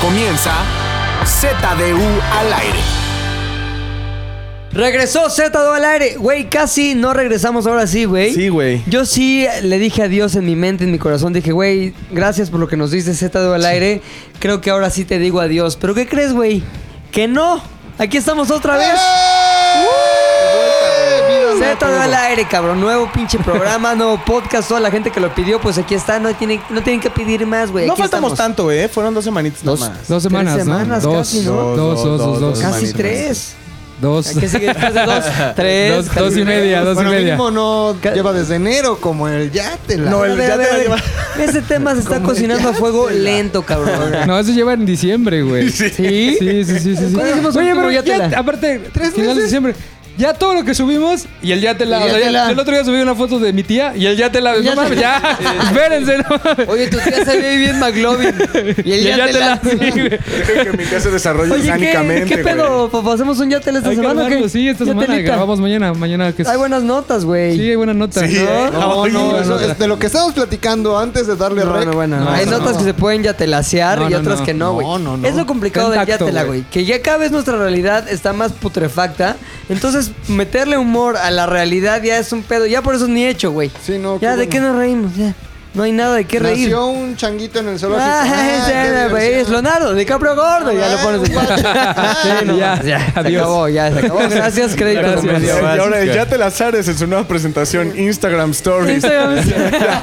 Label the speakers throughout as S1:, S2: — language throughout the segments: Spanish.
S1: comienza ZDU al aire.
S2: Regresó Z2 al aire. Güey, casi no regresamos ahora sí, güey.
S3: Sí, güey.
S2: Yo sí le dije adiós en mi mente, en mi corazón. Dije, güey, gracias por lo que nos diste Z2 al aire. Creo que ahora sí te digo adiós. ¿Pero qué crees, güey? Que no. Aquí estamos otra vez. Z2 al aire, cabrón. Nuevo pinche programa, nuevo podcast. Toda la gente que lo pidió, pues aquí está. No tienen, no tienen que pedir más, güey.
S3: No
S2: Aquí
S3: faltamos
S2: estamos.
S3: tanto, eh. Fueron dos semanitas
S4: Dos,
S3: nada más.
S4: dos semanas,
S2: Tres semanas
S4: ¿no?
S2: casi, ¿no?
S4: Dos, dos, dos, dos, dos.
S2: Casi
S3: Semanas.
S2: tres.
S4: Dos.
S2: ¿Qué sigue después de dos? Tres.
S4: Dos- dos y
S2: tres.
S4: media, dos
S5: bueno,
S4: y media.
S5: mínimo no lleva desde enero como el yate. La
S2: No, el,
S3: ya te la lleva-
S2: Ese tema se está cocinando a fuego lento, cabrón.
S4: No, eso lleva en diciembre, güey.
S2: ¿Sí?
S4: Sí, sí, sí, sí. sí.
S2: ¿Cuándo hicimos
S4: Oye,
S2: último
S4: pero
S2: Yatela?
S4: ya, aparte,
S5: ¿Tres
S4: final de
S5: meses?
S4: diciembre. Ya todo lo que subimos y el ya te la.
S5: El Yatela.
S4: el otro día subí una foto de mi tía y el ya te la. No
S5: Yatela.
S4: mames, ya. Espérense, no mames.
S2: Oye, tu tía se ve bien McLovin.
S5: Y el
S4: Y el
S5: yate,
S4: Yatela,
S5: la-
S4: sí, güey.
S3: Dejen que mi casa se desarrolle
S2: Oye, ¿qué,
S3: orgánicamente.
S2: ¿qué pedo? papá? ¿Hacemos un yate esta
S4: Hay que
S2: semana o qué?
S4: hablarlo, Sí, esta semana.
S2: Yatelita.
S4: Grabamos mañana. Mañana que es.
S2: Hay buenas notas,
S4: Sí,
S2: güey.
S4: hay buena nota.
S3: Sí, ¿eh?
S5: No,
S3: Ay,
S5: no, eso
S4: otra.
S5: es de lo que estábamos platicando antes de darle
S2: No,
S5: rec.
S2: no, bueno,
S4: No,
S2: hay
S4: no,
S2: notas
S4: no.
S2: que se pueden yatelasear
S4: No,
S2: y
S4: no,
S2: otras
S4: no.
S2: que no, güey.
S5: No, no, no.
S2: Es lo complicado
S4: Está
S2: del
S4: intacto,
S2: yatela,
S4: güey.
S2: güey. Que ya cada vez nuestra realidad está más putrefacta. Entonces, meterle humor a la realidad ya es un pedo. Ya por eso es ni hecho, güey.
S5: Sí, no,
S2: Ya, ¿de
S5: bueno.
S2: qué nos reímos? Ya. No hay nada de qué reír.
S5: Nació un changuito en el zoológico.
S2: Ah,
S5: Ah,
S2: ese
S5: qué
S2: era,
S5: diversión.
S2: güey, es Leonardo, DiCaprio gordo, ya lo
S5: Ah,
S2: pones.
S5: guacho.
S2: Sí, no,
S4: Ya,
S2: ya, se
S4: adiós.
S2: acabó, ya se acabó. Gracias, crédito.
S4: Gracias.
S3: Y
S2: comercial.
S3: ahora el ya te las ares en su nueva presentación, Instagram Stories.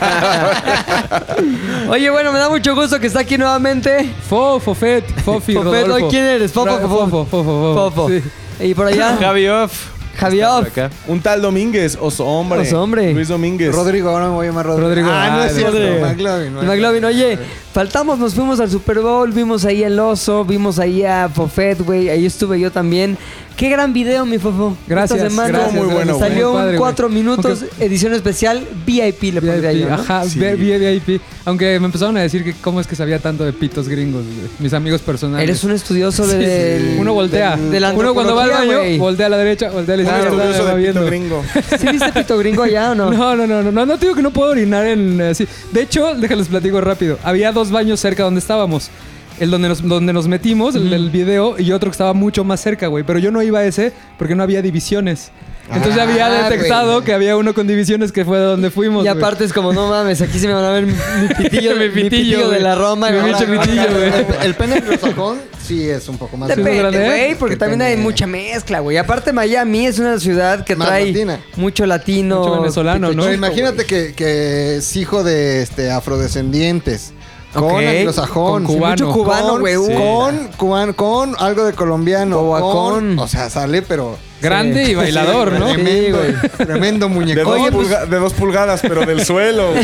S2: Instagram. Oye, bueno, me da mucho gusto que está aquí nuevamente.
S4: Fo, Fofet, Fofi,
S2: Fofet,
S4: Rodolfo.
S2: ¿hoy quién eres? Fofo,
S4: Ra-
S2: Fofo.
S4: Fofo, Fofo, Fofo.
S2: Fofo.
S4: Sí.
S2: Y por allá,
S6: Javi Off.
S2: Javier.
S6: Acá.
S3: Un tal Domínguez, oso hombre.
S2: Oso hombre.
S3: Luis Domínguez.
S5: Rodrigo, ahora me voy a llamar Rodrigo.
S4: Rodrigo.
S5: Ah, no
S4: Ah,
S5: es
S4: de
S5: cierto.
S4: Rodrigo.
S5: McLovin,
S2: Y
S5: McLovin.
S2: McLovin, oye, faltamos, nos fuimos al Super Bowl, vimos ahí al oso, vimos ahí a Fofet, güey, ahí estuve yo también. Qué gran video, mi Fofo.
S4: Gracias,
S2: Esta semana
S4: gracias,
S3: Estuvo muy bueno, güey.
S2: salió
S4: Muy padre,
S2: un
S4: güey.
S2: 4 minutos, edición especial, VIP, le pondría
S4: VIP,
S2: yo, ¿no?
S4: ajá,
S3: Sí.
S4: ve- vi- VIP. Aunque me empezaron a decir que cómo es que sabía tanto de pitos gringos, güey. mis amigos personales.
S2: Eres un estudioso de... del-
S4: Uno voltea.
S2: del- de la
S4: Uno cuando va al
S2: antropología,
S4: baño,
S2: güey.
S4: voltea a la derecha, voltea a la
S3: Un
S4: izquierda.
S3: estudioso
S4: va
S3: de
S4: viendo.
S3: pito gringo.
S2: ¿Sí viste Pito Gringo allá o no?
S4: No, no, no, no, no, no te digo que no puedo orinar en así. De hecho, déjales platico rápido. Había dos baños cerca donde estábamos. El donde nos, donde nos metimos, el del video, y otro que estaba mucho más cerca, güey. Pero yo no iba a ese porque no había divisiones. Entonces ya había
S2: Ah,
S4: detectado
S2: güey.
S4: que había uno con divisiones que fue donde fuimos.
S2: Y
S4: güey.
S2: aparte es como, no mames, aquí se me van a ver mi mi pitillo, mi
S4: Mi
S2: pitillo,
S4: pitillo,
S2: de
S4: güey.
S2: la Roma.
S4: Mi
S2: güey.
S4: pinche
S2: Ahora,
S4: pitillo,
S2: ahora,
S4: güey.
S5: El pene anglosajón sí es un poco más
S4: Depende,
S5: grande. ¿eh?
S2: Depende,
S4: grande?
S2: güey, porque también hay
S5: Depende.
S2: mucha mezcla, güey. Aparte, Miami es una ciudad que
S5: Más
S2: trae
S5: latina.
S2: mucho latino.
S4: Mucho venezolano,
S2: pito chico,
S4: ¿no?
S5: Pero imagínate que, que es hijo de este, afrodescendientes. Con
S2: Ok.
S5: anglosajón.
S4: Con cubano.
S2: Mucho cubano,
S5: Con-
S2: güey.
S5: sí.
S2: Con-
S5: Con cubano, con algo de colombiano.
S2: Boacón.
S5: con- o sea, sale, pero.
S4: Grande y bailador, ¿no?
S2: Sí,
S5: Tremendo,
S2: güey.
S5: tremendo pues,
S3: De dos,
S5: muñecón.
S3: pulga- de dos pulgadas, pero del suelo. güey.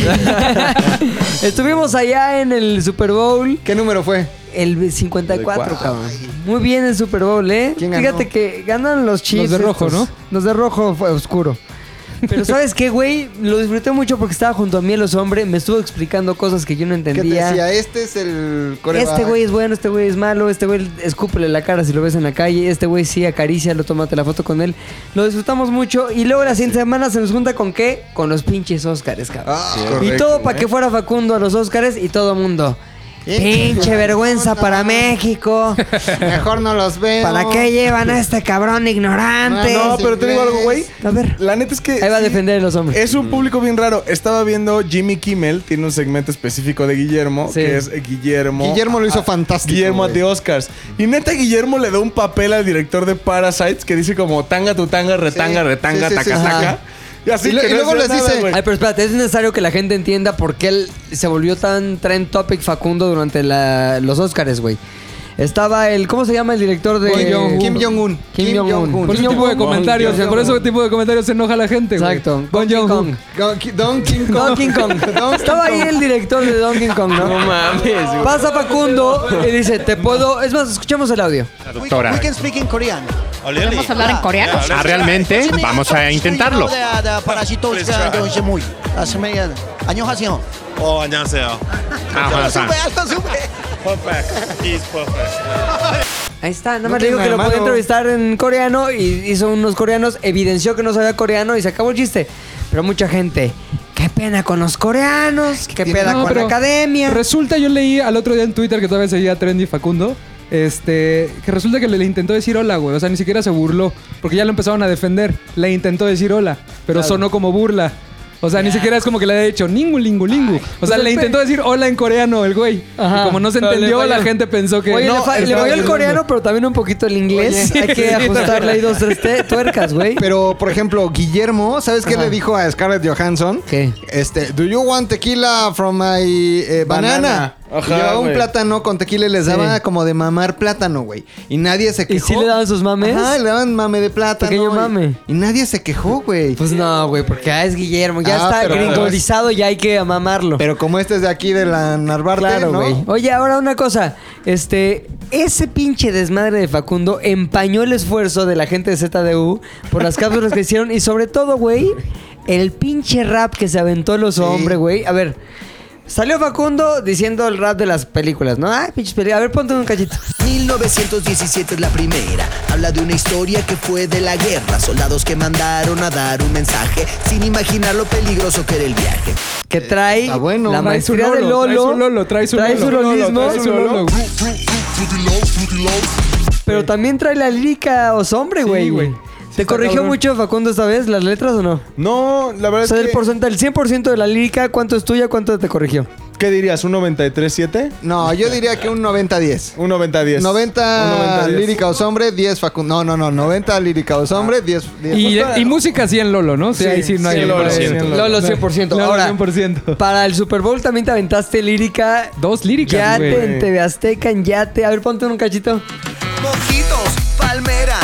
S2: Estuvimos allá en el Super Bowl,
S5: ¿Qué número fue?
S2: el 54, cabrón. Muy bien el Super Bowl, ¿eh?
S5: ¿Quién ganó?
S2: Fíjate que ganan los Chiefs.
S4: de rojo,
S2: estos.
S4: ¿no?
S2: Los de rojo fue oscuro. Pero ¿sabes qué, güey? Lo disfruté mucho porque estaba junto a mí el oso hombre, me estuvo explicando cosas que yo no
S5: ¿Qué te
S2: entendía.
S5: decía? Este es el coreback.
S2: Este güey es bueno, este güey es malo, este güey escúpele la cara si lo ves en la calle, este güey sí acarícialo, tómate la foto con él. Lo disfrutamos mucho y luego la siguiente semana se nos junta con qué? Con los pinches Óscares, cabrón.
S5: Ah,
S2: y
S3: correcto, ¿eh?
S2: todo para que fuera Facundo a los Óscares y todo mundo.
S5: Eh,
S2: Pinche
S5: no,
S2: vergüenza
S5: no.
S2: para México.
S5: Mejor no los veo.
S2: ¿Para qué llevan a este cabrón ignorante?
S3: No, pero te digo algo, güey.
S2: A ver.
S3: La neta es que.
S2: Ahí va a
S3: Ah, sí,
S2: defender a los hombres.
S3: Es
S4: Mm.
S3: un público bien raro. Estaba viendo Jimmy Kimmel, tiene un segmento específico de Guillermo,
S2: Sí.
S3: que es eh, Guillermo.
S5: Guillermo lo hizo fantástico.
S3: Guillermo
S5: güey.
S3: de Oscars. Y neta, Guillermo le da un papel al director de Parasites que dice como tanga tu tanga, retanga,
S5: Sí, sí,
S3: retanga,
S5: sí,
S3: taca,
S5: sí,
S3: taca.
S2: ajá.
S3: Y así
S5: Y lo-
S3: que
S5: y
S3: no
S5: luego
S3: hacía
S5: les
S3: nada,
S5: dice-
S3: güey.
S2: Ay, pero espérate, es necesario que la gente entienda por qué él se volvió tan trend topic Facundo durante la- los Oscars, güey. Estaba el, ¿cómo se llama el director de
S4: Kim Jong-un.
S5: Kim Jong-un.
S2: Kim Jong-un.
S4: Por ese
S2: Kim
S4: tipo de
S2: Jong-un.
S4: comentarios,
S2: Kim
S4: por ese
S2: Jong-un.
S4: tipo de comentarios se enoja la gente, güey.
S2: Exacto.
S4: Con
S2: Donkey
S4: Jong-un.
S2: Kong.
S5: Don Ki- Don King Kong.
S2: Donkey Kong. Estaba ahí el director de Donkey Kong, ¿no? No mames. Pasa Facundo y dice, te puedo... Es más, escuchamos el audio.
S7: traductora.
S8: ¿Podemos hablar en coreano?
S7: Ah, realmente, vamos a intentarlo.
S9: 어, 안녕하세요.
S7: Ah, Hassan.
S9: Perfect. He's perfect.
S2: Ahí está, nada
S5: No
S2: más le
S5: tiene
S2: digo que lo podía
S5: nada de malo.
S2: entrevistar en coreano y hizo unos coreanos, evidenció que no sabía coreano y se acabó el chiste. Pero mucha gente, Qué pena con los coreanos, qué
S5: tiene-
S2: pena
S4: No,
S2: con la
S4: pero
S2: academia.
S4: Resulta, yo leí al otro día en Twitter que todavía seguía Trendy Facundo. Este, que resulta que le, le intentó decir hola, güey. O sea, ni siquiera se burló. Porque ya lo empezaron a defender. Le intentó decir hola, pero sonó como burla. O sea, ni siquiera es como que le haya dicho ningu, lingu, lingu. o sea,
S2: pues
S4: le
S2: el pe-
S4: intentó decir hola en coreano el güey.
S2: Ajá.
S4: Y como no se Pero le entendió, la falló. gente pensó que.
S2: Oye,
S4: no,
S2: le, fa- le
S4: estaba
S2: falló el
S4: burlando.
S2: coreano, pero también un poquito el inglés.
S4: Oye.
S2: Hay que ajustarle ahí dos, tres te- tuercas, güey.
S5: Pero, por ejemplo, Guillermo, ¿sabes qué le dijo a Scarlett Johansson?
S2: ¿Qué?
S5: Este, do you want tequila from my eh, banana?
S3: Banana. Ajá,
S5: Y Llevaba un
S3: güey.
S5: plátano con tequila y les daba
S2: Sí.
S5: como de mamar plátano, güey. Y nadie se quejó.
S2: sí le daban sus mames?
S5: Ajá, le daban mame de plátano.
S2: Pequeño
S5: y-
S2: mame.
S5: Y, nadie se quejó, güey.
S2: Pues no, güey, porque ah, es Guillermo. Ya
S5: Ah,
S2: está
S5: pero-
S2: gringolizado y hay que mamarlo.
S5: Pero como este es de aquí de la Narvarte,
S2: Claro,
S5: ¿no?
S2: güey. Oye, ahora una cosa. Este, ese pinche desmadre de Facundo empañó el esfuerzo de la gente de ZDU por las cápsulas que hicieron y sobre todo, güey, el pinche rap que se aventó los
S5: Sí.
S2: hombres, güey. A ver, salió Facundo diciendo el rap de las películas, ¿no? Ay, pinches películas. A ver, ponte un cachito.
S6: 1917 es la primera. Habla de una historia que fue de la guerra. Soldados que mandaron a dar un mensaje sin imaginar lo peligroso que era el viaje.
S2: Que trae
S5: está bueno.
S2: la
S4: Eh, Trae su
S2: maestría de
S4: lolo,
S2: Lolo.
S4: trae su lolo, trae
S2: trae
S4: su lolo.
S2: su lolismo,
S4: Trae su lolo, güey.
S2: Pero también trae la lírica os hombre, güey.
S4: güey. Sí,
S2: ¿Te
S4: está
S2: corrigió
S4: cabrón.
S2: mucho Facundo esta vez las letras o no?
S3: No, la verdad
S2: O sea,
S3: es
S2: del
S3: que...
S2: porcentaje, el 100% de la lírica, ¿cuánto es tuya? ¿Cuánto te corrigió?
S3: ¿Qué dirías? ¿Un 93.7?
S5: No, yo diría que un 90-10.
S3: Un
S5: 90
S3: 90-10. Un 90-10.
S5: lírica os hombre, 10 Facundo. No, no, no. 90 lírica os hombre, 10. 10
S4: Y, y música sí en Lolo, ¿no? Sí, ahí sí no hay.
S3: sí, Lolo, 100%.
S2: Lolo, 100%.
S4: Lolo,
S2: Ahora,
S4: 100%.
S2: Para el Super Bowl también te aventaste lírica.
S4: Dos líricas,
S2: Ya
S4: güey.
S2: te en TV Azteca, en Yate. A ver, ponte un cachito.
S6: Mojitos, palmera,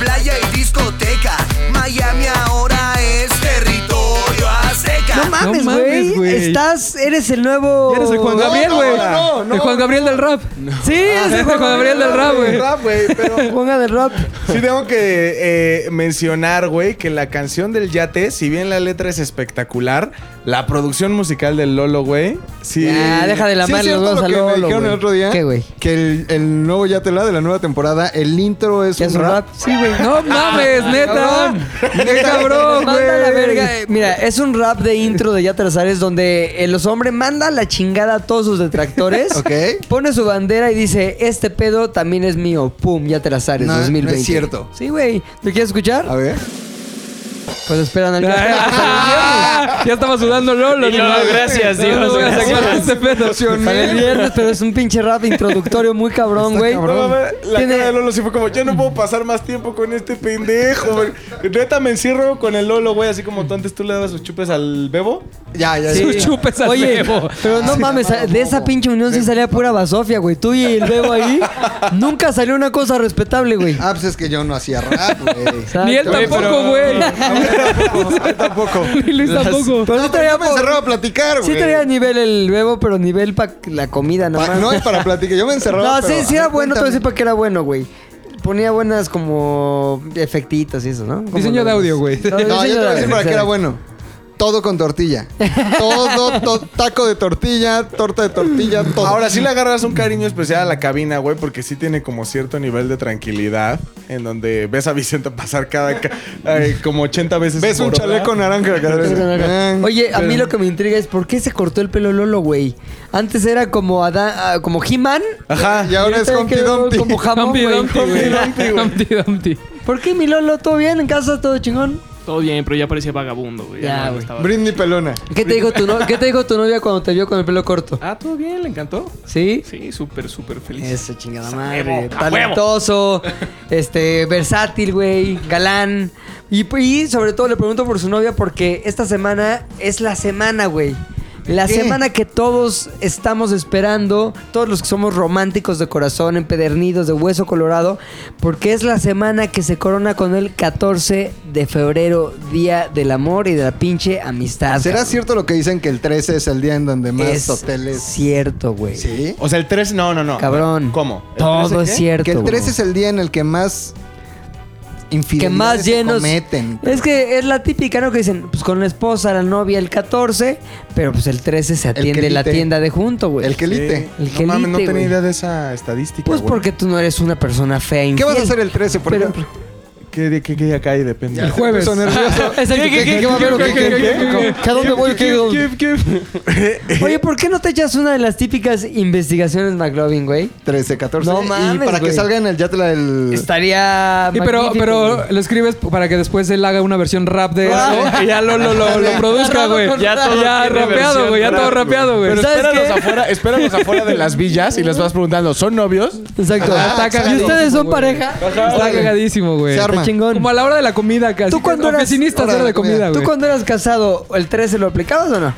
S6: playa y discoteca. Miami ahora es territorio azteca.
S2: No mames,
S4: mames,
S2: güey.
S4: güey.
S2: Estás, eres el nuevo.
S4: Ya eres el Juan Gabriel,
S3: no,
S4: güey.
S3: no, no,
S4: el Juan Gabriel del rap.
S2: Sí, es
S4: Ah,
S2: el Juan Gabriel del rap, güey.
S3: Rap, Ah, güey, pero...
S2: Ponga del rap.
S3: Sí tengo que eh, mencionar, güey, que la canción del Yate, si bien la letra es espectacular, la producción musical del Lolo, güey, sí...
S2: Ya, deja de
S5: Sí, es
S2: lamarlos
S5: cierto
S2: vamos
S5: lo
S2: a
S5: que
S2: Lolo,
S5: me dijeron
S2: güey.
S5: el otro día.
S2: ¿Qué, güey?
S5: Que el, el nuevo ya te la de la nueva temporada, el intro es
S2: ¿Ya
S5: un rap.
S2: Sí, güey.
S4: No mames, neta. Qué
S2: Ah,
S4: cabrón, güey.
S2: Manda la verga. Eh, Mira, es un rap de intro de Yatra Zares donde el hombres manda la chingada a todos sus detractores.
S5: Ok.
S2: Pone su bandera y dice, este pedo también es mío. Pum, Yatra Zares
S5: No, no es
S2: 2020.
S5: cierto.
S2: Sí, güey. ¿Lo quieres escuchar?
S5: A ver.
S2: Pues esperan al
S4: Ah, ya estaba sudando Lolo.
S7: Y Lolo,
S4: mames.
S7: gracias,
S4: No,
S7: Dios,
S4: no,
S7: gracias.
S4: sacar este pedo.
S2: Sale el viernes, pero es un pinche rap introductorio muy cabrón, güey.
S3: No, mames, la
S2: Tiene-
S3: cara de Lolo sí fue como, yo no puedo pasar más tiempo con este pendejo, güey. Neta, me encierro con el Lolo, güey, así como tú antes tú le dabas sus chupes al bebo.
S5: Ya, ya,
S4: Sus
S5: ya.
S4: chupes al
S2: Oye,
S4: bebo.
S2: pero no mames, de esa pinche unión sí salía pura basofia, güey. Tú y el Bebo ahí, nunca salió una cosa respetable, güey.
S5: Ah, pues es que yo no hacía rap, güey.
S4: Ni él
S2: Exacto.
S4: tampoco, güey.
S5: Tampoco.
S4: Ni Luis tampoco.
S2: Pero sí traía,
S5: Yo me
S2: por-
S5: encerraba a platicar, güey.
S2: sí traía nivel el bebo, pero nivel para la comida
S5: Pa-
S2: nada más.
S5: no es para platicar, yo me encerraba.
S2: No, sí,
S5: pero-
S2: sí era
S5: a ver,
S2: bueno, te voy a
S5: cuéntame.
S2: decir para qué era bueno, güey. Ponía buenas como efectitos y eso, ¿no? Como
S4: Diseño de
S2: los-
S4: audio, güey.
S2: No,
S5: No,
S2: diseño
S5: yo te
S2: de
S5: voy a
S2: audio,
S5: decir para qué era
S2: exacto.
S5: bueno. Todo con tortilla. Todo, to- taco de tortilla, torta de tortilla, todo.
S3: Ahora sí le agarras un cariño especial a la cabina, güey, porque sí tiene como cierto nivel de tranquilidad en donde ves a Vicente pasar cada... ca- eh, como 80 veces
S5: ves un
S3: por hora.
S5: chaleco naranja. Eh,
S2: Naranja. Oye, a mí lo que me intriga es por qué se cortó el pelo Lolo, güey. Antes era como Adán- ah, como He-Man.
S5: Ajá. Y ahora es
S2: ahorita
S5: Humpty
S2: quedó
S5: Dumpty.
S2: Como jamón,
S4: Humpty
S2: güey.
S4: Dumpty, güey. Humpty Dumpty.
S2: ¿Por qué mi Lolo? ¿Todo bien? ¿En casa todo chingón?
S10: Todo bien, pero ya parecía vagabundo, güey.
S2: Ya,
S10: no, no
S2: güey.
S10: estaba-
S5: Britney Pelona.
S2: ¿Qué te dijo tu, no- ¿Qué te dijo tu novia cuando te vio con el pelo corto?
S10: Ah, todo bien, le encantó.
S2: ¿Sí?
S10: Sí, súper, súper feliz.
S2: Eso, chingada
S10: A
S2: madre.
S10: huevo, a
S2: Talentoso, este, versátil, güey, galán. Y, y sobre todo le pregunto por su novia porque esta semana es la semana, güey. La
S5: ¿Qué?
S2: semana que todos estamos esperando, todos los que somos románticos de corazón, empedernidos, de hueso colorado, porque es la semana que se corona con el 14 de febrero, Día del Amor y de la pinche amistad.
S5: ¿Será
S2: Ah, cabrón.
S5: cierto lo que dicen que el 13 es el día en donde más
S2: Es
S5: hoteles?
S2: cierto, güey.
S5: Sí.
S3: O sea, el 3... No, no, no.
S2: Cabrón.
S3: ¿Cómo? ¿El
S2: Todo
S3: 13
S2: es
S3: qué?
S2: cierto.
S5: Que el 13
S2: güey.
S5: es el día en el que más
S2: que
S5: infidelidades
S2: más llenos.
S5: se cometen.
S2: Es que es la típica, ¿no? Que dicen, pues con la esposa, la novia, el 14, pero pues el 13 se atiende la
S5: quelite.
S2: tienda de junto, güey.
S5: El que lite.
S2: El
S3: no mames, no
S2: quelite,
S3: tenía
S2: güey.
S3: idea de esa estadística.
S2: Pues
S3: güey.
S2: porque tú no eres una persona fea. e
S5: ¿Qué vas a
S2: infiel.
S5: hacer el 13, por
S2: Pero-
S5: ejemplo?
S3: ¿Qué, día- qué, qué día cae? Depende.
S4: El jueves.
S5: Son nervioso.
S4: Es el que- que- que- que va a haber o que- que- que-
S5: ¿Que ¿A dónde voy? ¿Qué- dónde?
S2: Oye, ¿por qué no te echas una de las típicas investigaciones McLovin, güey?
S5: 13, 14.
S2: No
S5: y
S2: mames,
S5: para
S2: güey.
S5: que salga en el yate la del...
S2: Estaría.
S4: Y pero,
S2: magnífico,
S4: pero
S2: güey.
S4: lo escribes para que después él haga una versión rap de eso y Ah. ya lo, lo, lo, lo produzca,
S2: Agarrado
S4: güey.
S2: con
S4: Ya,
S2: rap.
S4: todo ya
S10: tiene
S4: rapeado,
S10: versión
S4: güey. Ya
S10: rap,
S4: todo
S10: güey.
S4: rapeado, güey.
S3: Pero
S2: ¿Sabes
S3: espéranos
S2: qué?
S3: afuera, espéranos afuera de las villas y les vas preguntando, ¿son novios?
S2: Exacto.
S5: Ah,
S4: Está
S2: ¿Y
S4: cagadísimo,
S2: ustedes son
S4: güey.
S2: pareja?
S4: Está cagadísimo, güey.
S5: Se arma.
S2: Está chingón.
S4: Como a la hora de la comida casi.
S2: ¿Tú cuando eras-
S4: Oficinista,
S5: hora de
S4: cero de
S5: la comida?
S4: comida,
S2: ¿Tú
S4: güey.
S2: cuando eras casado, el 13 lo aplicabas o no?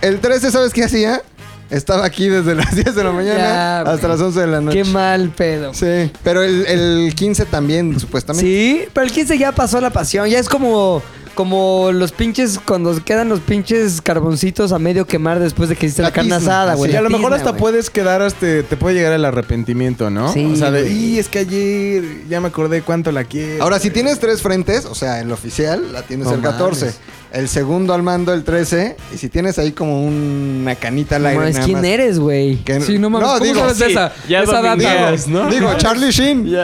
S5: El 13, ¿sabes qué hacía? Estaba aquí desde las 10 de la
S2: Ya,
S5: mañana
S2: güey.
S5: hasta las 11 de la noche.
S2: Qué mal pedo.
S5: Sí, pero el, el 15 también, supuestamente.
S2: Sí, pero el 15 ya pasó la pasión. Ya es como, como los pinches, cuando quedan los pinches carboncitos a medio quemar después de que hiciste la,
S5: La
S2: carne
S5: tizna,
S2: asada, güey.
S5: así.
S3: Y
S2: La
S3: a lo mejor
S2: tizna,
S3: hasta
S2: güey.
S3: puedes quedar, hasta, te puede llegar el arrepentimiento, ¿no?
S2: Sí,
S3: o sea, de,
S2: güey.
S3: y es que ayer ya me acordé cuánto la quiero.
S5: Ahora, si tienes tres frentes, o sea, el oficial la tienes
S3: No
S5: el 14,
S3: mames.
S5: el segundo al mando el 13, y si tienes ahí como una canita al
S2: No,
S5: aire.
S2: es
S5: nada
S2: quién
S5: más,
S2: eres, güey.
S5: que-
S4: Sí, no mames. ¿Cómo
S5: digo,
S4: sabes de esa?
S10: ya
S4: esa data,
S10: dominé.
S4: güey.
S10: ¿no?
S5: digo, Charlie Sheen.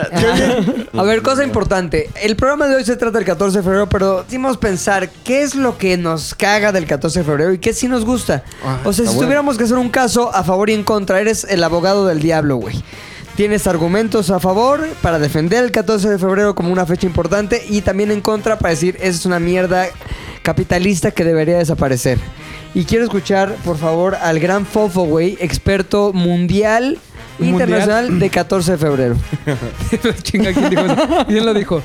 S2: A ver, cosa importante. El programa de hoy se trata del 14 de febrero, pero decimos pensar qué es lo que nos caga del 14 de febrero y qué sí nos gusta.
S5: Ah,
S2: o sea,
S5: está
S2: si
S5: bueno.
S2: tuviéramos que hacer un caso a favor y en contra, eres el abogado del diablo, güey. Tienes argumentos a favor para defender el 14 de febrero como una fecha importante y también en contra para decir, esa es una mierda capitalista que debería desaparecer. Y quiero escuchar, por favor, al gran Fofo, güey, experto mundial,
S4: ¿Mundial?
S2: internacional de 14 de febrero.
S4: Chinga, ¿quién dijo eso? ¿Quién lo dijo?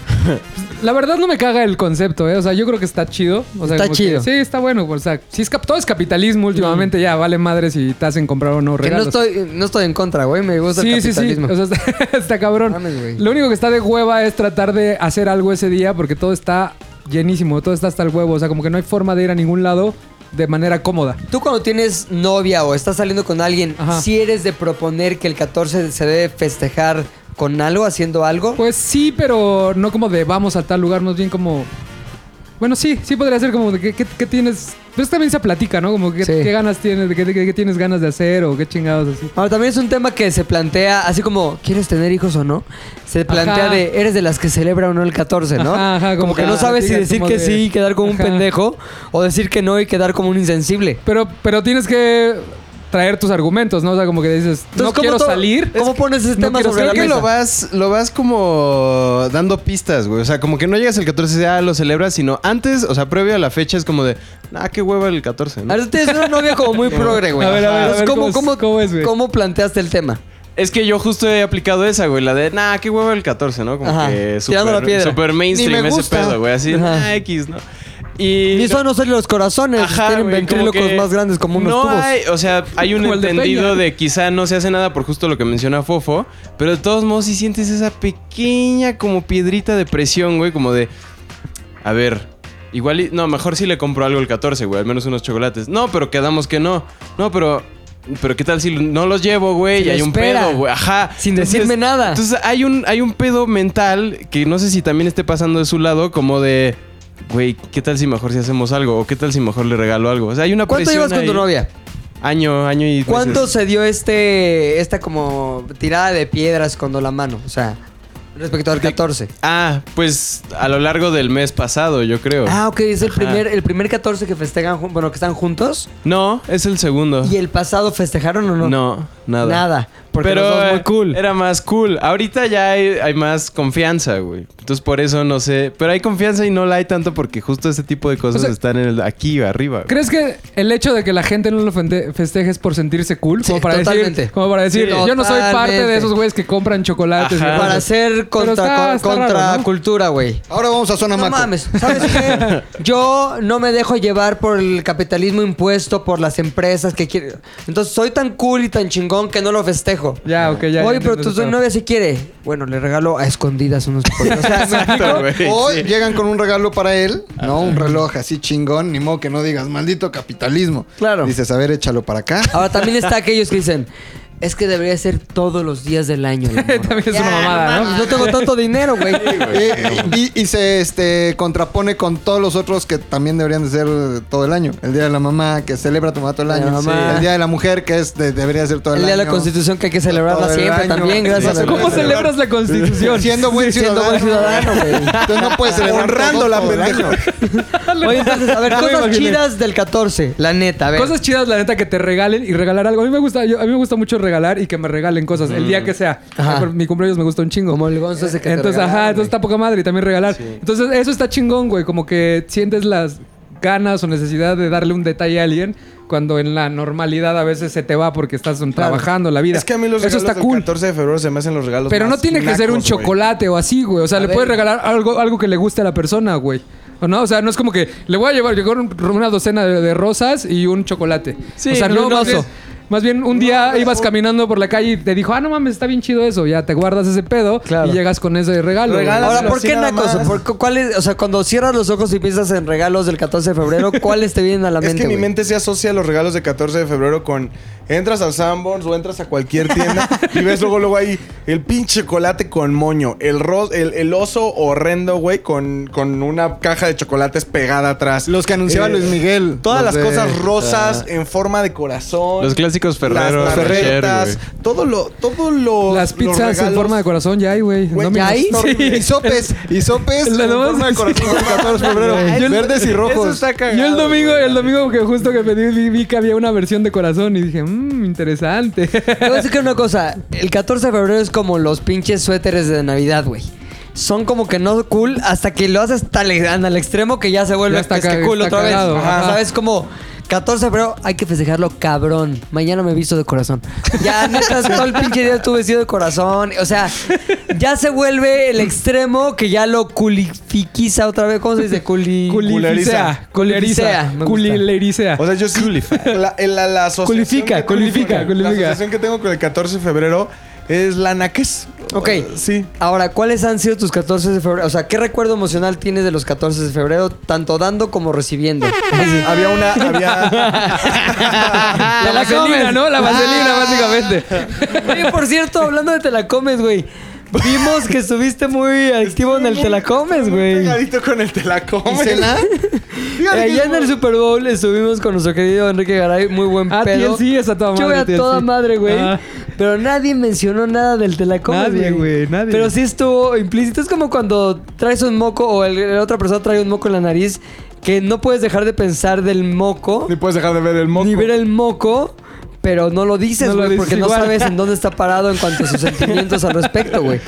S4: La verdad no me caga el concepto, ¿eh? O sea, yo creo que está chido. O sea,
S2: Está
S4: como que-
S2: chido. Mm.
S4: sí, está bueno. O sea, sí es cap- todo es capitalismo últimamente. Ya vale madre si te hacen comprar o no
S2: Que no
S4: regalos.
S2: estoy, no estoy en contra, güey. Me gusta el
S4: Sí, sí, sí.
S2: capitalismo.
S4: O sea, está, está cabrón.
S2: Mames, güey.
S4: Lo único que está de hueva es tratar de hacer algo ese día porque todo está llenísimo, todo está hasta el huevo. O sea, como que no hay forma de ir a ningún lado de manera cómoda.
S2: Tú cuando tienes novia o estás saliendo con alguien,
S4: Ajá.
S2: si eres de proponer que el 14 se debe festejar con algo, haciendo algo.
S4: Pues sí, pero no como de vamos a tal lugar, más bien como. Bueno, sí, sí podría ser como de qué, qué- qué tienes. Pero eso también se platica, ¿no? Como que,
S2: Sí.
S4: qué ganas tienes, de qué, qué- qué tienes ganas de hacer o qué chingados así.
S2: Ahora, también es un tema que se plantea, así como, ¿quieres tener hijos o no? Se plantea
S4: Ajá.
S2: de, eres de las que celebra o no el 14, ¿no?
S4: Ajá, ajá,
S2: como,
S4: como
S2: que
S4: que
S2: no
S4: las
S2: sabes si
S4: amigas
S2: decir
S4: como
S2: que
S4: de-
S2: sí y quedar como un
S4: Ajá.
S2: pendejo o decir que no y quedar como un insensible.
S4: Pero, pero tienes que traer tus argumentos, ¿no? O sea, como que dices, no
S2: ¿cómo
S4: quiero
S2: to-
S4: salir.
S2: ¿Cómo pones ese tema
S4: quiero
S2: sobre la
S4: salir.
S11: Creo que
S2: mesa?
S11: lo vas, lo vas como dando pistas, güey. O sea, como que no llegas el 14 y ya lo celebras, sino antes, o sea, previo a la fecha es como de, ah, qué hueva el 14, ¿no?
S2: A ver, tú tienes una novia como muy progre, güey.
S4: A ver, a ver, a ver,
S2: ¿cómo,
S4: ¿cómo es-
S2: cómo-
S4: cómo es, güey?
S2: ¿Cómo planteaste el tema?
S11: Es que yo justo he aplicado esa, güey, la de, nah, qué hueva el 14, ¿no? Como
S2: Ajá.
S11: que
S2: Tirando la
S11: super,
S2: piedra.
S11: super
S5: Ni
S11: mainstream
S5: me
S11: ese
S5: gusta.
S11: pedo, güey. Así,
S2: Ajá.
S11: nah, X, ¿no? Y...
S2: Y eso no son los corazones,
S11: Ajá,
S2: tienen
S11: güey, como
S2: ventrílocos
S11: que
S2: más grandes como unos
S11: no
S2: tubos.
S11: Hay, o sea, hay un
S4: Como el de
S11: entendido
S4: Peña.
S11: de quizá no se hace nada por justo lo que menciona Fofo, pero de todos modos si sientes esa pequeña como piedrita de presión, güey, como de a ver, igual y- no, mejor si le compro algo el 14, güey, al menos unos chocolates. No, pero quedamos que no. No, pero pero qué tal si no los llevo, güey,
S2: Si
S11: y
S2: lo
S11: hay un
S2: espera.
S11: pedo, güey. Ajá.
S2: Sin decirme nada.
S11: Entonces hay un hay un pedo mental que no sé si también esté pasando de su lado como de Güey, ¿qué tal si mejor si hacemos algo? ¿O qué tal si mejor le regalo algo? O sea, hay una
S2: ¿Cuánto
S11: presión
S2: llevas con tu
S11: ahí.
S2: novia?
S11: Año, año y meses.
S2: ¿Cuánto se dio este esta como tirada de piedras cuando la mano? O sea, respecto al 14.
S11: Ah, pues a lo largo del mes pasado, yo creo.
S2: Ah, ok, es el
S11: Ajá.
S2: primer, el primer 14 que festejan, jun- bueno, que están juntos.
S11: No, es el segundo.
S2: ¿Y el pasado festejaron o no?
S11: Ah. no? nada.
S2: Nada. Porque los dos muy
S11: eh,
S2: cool.
S11: Era más cool. Ahorita ya hay, hay más confianza, güey. Entonces por eso no sé. Pero hay confianza y no la hay tanto porque justo ese tipo de cosas
S4: O sea,
S11: están en el- aquí arriba. güey.
S4: ¿Crees que el hecho de que la gente no lo fende- festeje es por sentirse cool?
S2: Sí,
S4: como para
S2: totalmente.
S4: decir, como para decir
S2: Sí.
S4: yo no soy parte
S2: Totalmente.
S4: de esos güeyes que compran chocolates.
S11: Ajá.
S4: y
S2: Para
S4: cosas.
S2: ser
S4: Pero
S2: contra,
S4: está- está raro,
S2: contra
S4: ¿no?
S2: cultura, güey.
S5: Ahora vamos a Zona
S2: No
S5: Maco.
S2: mames, ¿sabes qué? Yo no me dejo llevar por el capitalismo impuesto por las empresas que quieren. Entonces soy tan cool y tan chingón que no lo festejo.
S4: Ya, ok, ya.
S2: Oye,
S4: ya
S2: pero
S4: entiendo
S2: tu
S4: ese pedo.
S2: novia si quiere. Bueno, le regalo a escondidas unos pollos. O sea, ¿me explico?
S11: Exacto, güey.
S5: Hoy
S11: Sí.
S5: llegan con un regalo para él, ¿no? Un reloj así chingón, ni modo que no digas, maldito capitalismo.
S2: Claro.
S5: Dices, a ver, échalo para acá.
S2: Ahora también está aquellos que dicen, Es que debería ser todos los días del año. la morra.
S4: También es una mamada, ¿no?
S2: No tengo tanto dinero, güey.
S5: Eh, y, y se este, contrapone con todos los otros que también deberían de ser todo el año. El Día de la Mamá, que celebra tu mamá todo el
S2: La
S5: año.
S2: mamá.
S5: El Día de la Mujer, que es de- debería ser todo el,
S2: El día
S5: año.
S2: de la Constitución que hay que celebrarla
S5: Todo el
S2: siempre
S5: año.
S2: también, gracias.
S5: Sí,
S2: a la-
S4: ¿Cómo celebras la constitución?
S5: Siendo buen
S2: Siendo
S5: ciudadano.
S2: buen ciudadano, güey.
S5: Entonces no puedes celebrar
S3: Honrando
S5: todo,
S3: la
S5: todo el año.
S2: Oye, entonces, a ver,
S4: Ya me
S2: cosas
S4: imaginé.
S2: chidas del 14, la neta, a ver.
S4: Cosas chidas, la neta, que te regalen y regalar algo. A mí me gusta, yo- a mí me gusta mucho regalar y que me regalen cosas, el día que sea.
S2: Mm. Ajá.
S4: Por Mi cumpleaños me gusta un chingo.
S2: Como el Gonzo ese que te
S4: Entonces,
S2: regalaron,
S4: ajá,
S2: güey.
S4: entonces está poca madre y también regalar. Entonces, eso está chingón, güey. Como que sientes las ganas o necesidad de darle un detalle a alguien cuando en la normalidad a veces se te va porque estás trabajando la vida.
S3: Es que a mí los
S4: Eso
S3: regalos
S4: está
S3: del
S4: cool.
S3: 14 de febrero se me hacen los regalos
S4: Pero no
S3: más
S4: tiene que ser un
S3: nacos, güey.
S4: chocolate o así, güey. O sea,
S2: A
S4: le
S2: ver.
S4: puedes regalar algo, algo que le guste a la persona, güey. ¿O no? O sea, no es como que le voy a llevar yo con un- una docena de, de rosas y un chocolate.
S11: Sí,
S4: o sea,
S11: no,
S4: no,
S11: no,
S4: más,
S11: no.
S4: más bien un día ibas caminando por la calle y te dijo, ah, no mames, está bien chido eso. Ya te guardas ese pedo
S2: Claro.
S4: y llegas con ese regalo. güey.
S3: Regalas
S2: Ahora, ¿por
S3: así
S2: qué
S3: nada
S2: nacos?
S3: más.
S2: ¿Por cu- cuál es- o sea, cuando cierras los ojos y piensas en regalos del 14 de febrero, ¿cuáles te vienen a la
S3: Es
S2: mente?
S3: que mi
S2: güey?
S3: mente se asocia los regalos de 14 de febrero con entras al Sanborns o entras a cualquier tienda y ves luego luego ahí el pinche chocolate con moño, el ro- el, el oso horrendo, güey, con, con una caja de chocolates pegada atrás.
S5: Los que anunciaba
S3: Eh,
S5: Luis Miguel.
S3: Todas
S5: Los
S3: las
S5: de-
S3: cosas rosas en forma de corazón.
S11: Los clásicos Ferrero
S3: Las
S11: Rocher,
S3: barretas,
S11: güey.
S3: todo lo todo lo
S4: Las pizzas en forma de corazón ya hay, güey.
S3: Güey,
S4: No me-
S3: ¿ya hay?
S4: Sí.
S5: Y sopes. Y sopes.
S4: Lo
S5: en
S4: demás-
S5: forma de corazón, el 14 de
S4: Yo
S5: febrero.
S4: el-
S5: Verdes y
S3: Eso
S5: rojos.
S3: está cagado.
S4: Yo el domingo, el domingo que justo que pedí vi- vi que había una versión de corazón y dije, mmm, interesante.
S2: Te voy a decir que una cosa. El 14 de febrero es como los pinches suéteres de Navidad, güey. Son como que no cool hasta que lo haces tan le- al extremo que ya se vuelve
S4: Ya está
S2: es que
S4: ca-
S2: cool
S4: está
S2: otra vez.
S4: cagado,
S2: Ajá,
S4: ajá.
S2: ¿Sabes? Como 14 de febrero hay que festejarlo cabrón. Mañana me visto de corazón. Ya neta, todo el pinche día estuve vestido de corazón. O sea, ya se vuelve el extremo que ya lo culifiquiza otra vez. ¿Cómo se dice? Culi...
S4: Culeriza. Culeriza.
S2: Culeriza, me gusta.
S4: Culilerizea.
S3: O sea, yo sí. La, el- la, la asociación
S4: Culifica,
S3: que tengo
S4: culifica,
S3: con-
S4: culifica.
S3: La asociación que tengo con el 14 de febrero es la naques.
S2: Ok.
S3: Eh, sí.
S2: Ahora, ¿cuáles han sido tus 14 de febrero? O sea, ¿qué recuerdo emocional tienes de los 14 de febrero, tanto dando como recibiendo?
S4: Ah,
S3: Había una. Había.
S4: La vaselina, ¿no?
S3: Ah.
S4: La vaselina, básicamente.
S2: Ah. Oye, por cierto, hablando de te la comes, güey. Vimos que estuviste muy activo en el te la comes, güey.
S3: Pegadito con el telacomes.
S2: Eh, Allá en el Super Bowl estuvimos con nuestro querido Enrique Garay, muy buen
S4: Ah,
S2: pedo.
S4: TLC es a toda
S2: Yo
S4: madre,
S2: a
S4: TLC.
S2: toda madre, güey.
S4: Ah.
S2: Pero nadie mencionó nada del te la comes,
S4: Nadie, güey, nadie.
S2: Pero sí estuvo implícito. Es como cuando traes un moco o el- la otra persona trae un moco en la nariz que no puedes dejar de pensar del moco
S3: Ni puedes dejar de ver el moco.
S2: ni ver el moco, pero no lo dices,
S4: No lo
S2: güey,
S4: dices
S2: porque no
S4: igual.
S2: sabes en dónde está parado en cuanto a sus sentimientos al respecto, güey.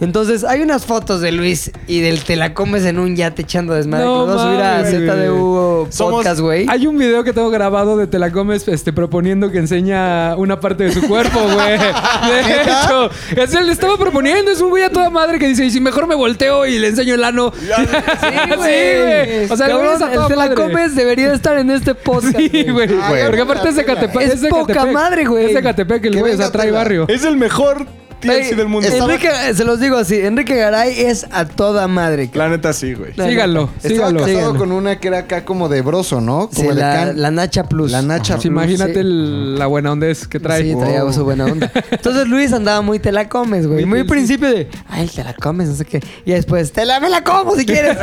S2: Entonces, hay unas fotos de Luis y del te la comes en un yate echando desmadre.
S4: No
S2: que lo vas a
S4: mames,
S2: subir a ZDU Podcast, güey.
S4: Hay un video que tengo grabado de Te la comes este, proponiendo que enseña una parte de su cuerpo, güey. De hecho, es él le estaba proponiendo, es un güey a toda madre que dice, y si mejor me volteo y le enseño el ano. sí, güey. O sea, el güey
S2: Cabrón,
S4: es a
S2: el
S4: toda
S2: te la
S4: madre.
S2: comes debería estar en este podcast.
S4: Sí, güey.
S5: güey.
S4: Porque aparte es de Catepec.
S2: Es
S4: de
S2: poca
S4: Catepec.
S2: madre, güey.
S4: Es de Catepec, el
S5: Que
S4: güey, o
S5: venga
S4: sea, trae
S5: Tela.
S4: barrio.
S3: Es el mejor TLC
S2: Güey,
S3: del mundo.
S2: Enrique, se los digo así, Enrique Garay es a toda madre.
S3: La neta sí, güey.
S2: La-
S4: Síganlo,
S5: Estaba
S4: síganlo.
S5: casado con una que era acá como de broso, ¿no?
S2: Sí,
S5: Como de
S2: la,
S5: can.
S2: la Nacha Plus.
S5: La Nacha
S4: Sí,
S5: Plus.
S4: imagínate
S2: sí. Oh.
S4: el- la buena onda es que trae.
S2: Sí, traía su buena onda. Entonces Luis andaba muy te la comes, güey. Muy principio de, ay, te la comes, no sé qué. Y después, te la me la como si quieres.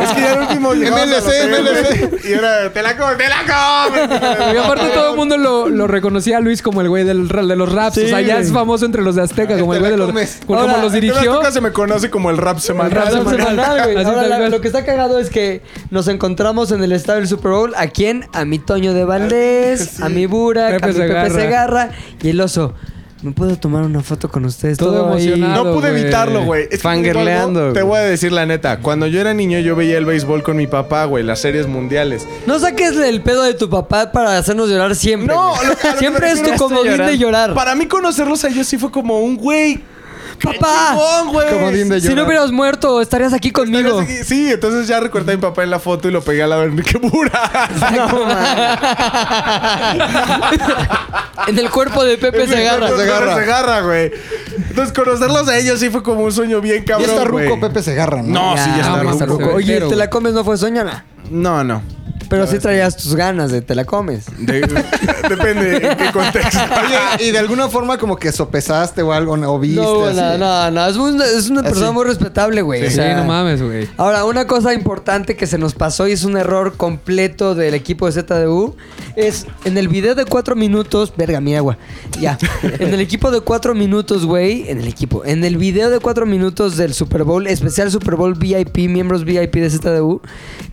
S3: Es que ya el último. llegabas
S5: MLC,
S3: al hotel,
S5: MLC.
S3: güey, Y era te la comes, te la comes.
S4: Y aparte todo el mundo lo, lo reconocía a Luis como el güey del, ra- de los raps. o sea, ya es famoso entre los de Azteca, como el güey de los...
S5: comes.
S4: Como
S2: Ahora,
S4: los
S3: Entonces,
S4: dirigió.
S3: nunca se me conoce como el rap semanal.
S4: rap
S2: Random
S4: semanal.
S2: semanal, güey.
S4: Así
S2: Ahora,
S4: tal
S2: la-
S4: cual.
S2: lo que está cagado es que nos encontramos en el estadio del Super Bowl. ¿A quién? A mi Toño de Valdés, a mi Burak,
S4: Pepe
S2: a mi Pepe
S4: Segarra.
S2: Segarra y el oso. ¿Me puedo tomar una foto con ustedes?
S4: Todo
S2: ahí.
S4: emocionado.
S3: No pude
S4: güey.
S3: evitarlo, güey. Es que
S11: Fangirleando,
S3: te digo algo, Te
S11: güey.
S3: voy a decir la neta. Cuando yo era niño, yo veía el béisbol con mi papá, güey, las series mundiales.
S2: No saques el pedo de tu papá para hacernos llorar siempre.
S3: No,
S2: güey.
S3: lo- a lo
S2: siempre
S3: que
S2: es
S3: me
S2: tu
S3: refiero
S2: comodín de llorar.
S3: Para mí, conocerlos a ellos sí fue como un güey.
S2: Papá,
S3: chingón, güey!
S5: Comodín de
S2: si no
S5: llorar.
S2: hubieras muerto, estarías aquí conmigo.
S3: Entonces, Sí, entonces ya recorté a mi papá en la foto y lo pegué al lado de Enrique Bura.
S2: en el cuerpo de Pepe Segarra.
S3: Se agarra,
S5: Segarra.
S3: se agarra, güey. Entonces, conocerlos a ellos sí fue como un sueño bien
S5: Y
S3: cabrón.
S5: está
S3: güey.
S5: ruco Pepe Segarra, ¿no?
S3: No, sí, ya
S2: Ah,
S3: está
S2: mames,
S3: ruco.
S2: Oye,
S4: Pero,
S2: te la
S4: güey.
S2: comes no fue soñana.
S3: No, no.
S2: Pero sí traías tus ganas de te la comes.
S3: Depende en qué contexto.
S5: Oye, y de alguna forma como que sopesaste o algo, o viste.
S2: No,
S5: así
S2: no,
S5: de-
S2: no, no, es una, es una
S5: Así.
S2: persona muy respetable, güey.
S4: Sí,
S2: o sea,
S4: no mames, güey.
S2: Ahora, una cosa importante que se nos pasó y es un error completo del equipo de ZDU es en el video de cuatro minutos. Verga, mi agua. Ya. En el equipo de cuatro minutos, güey. En el equipo. En el video de cuatro minutos del Super Bowl, especial Super Bowl VIP, miembros VIP de ZDU,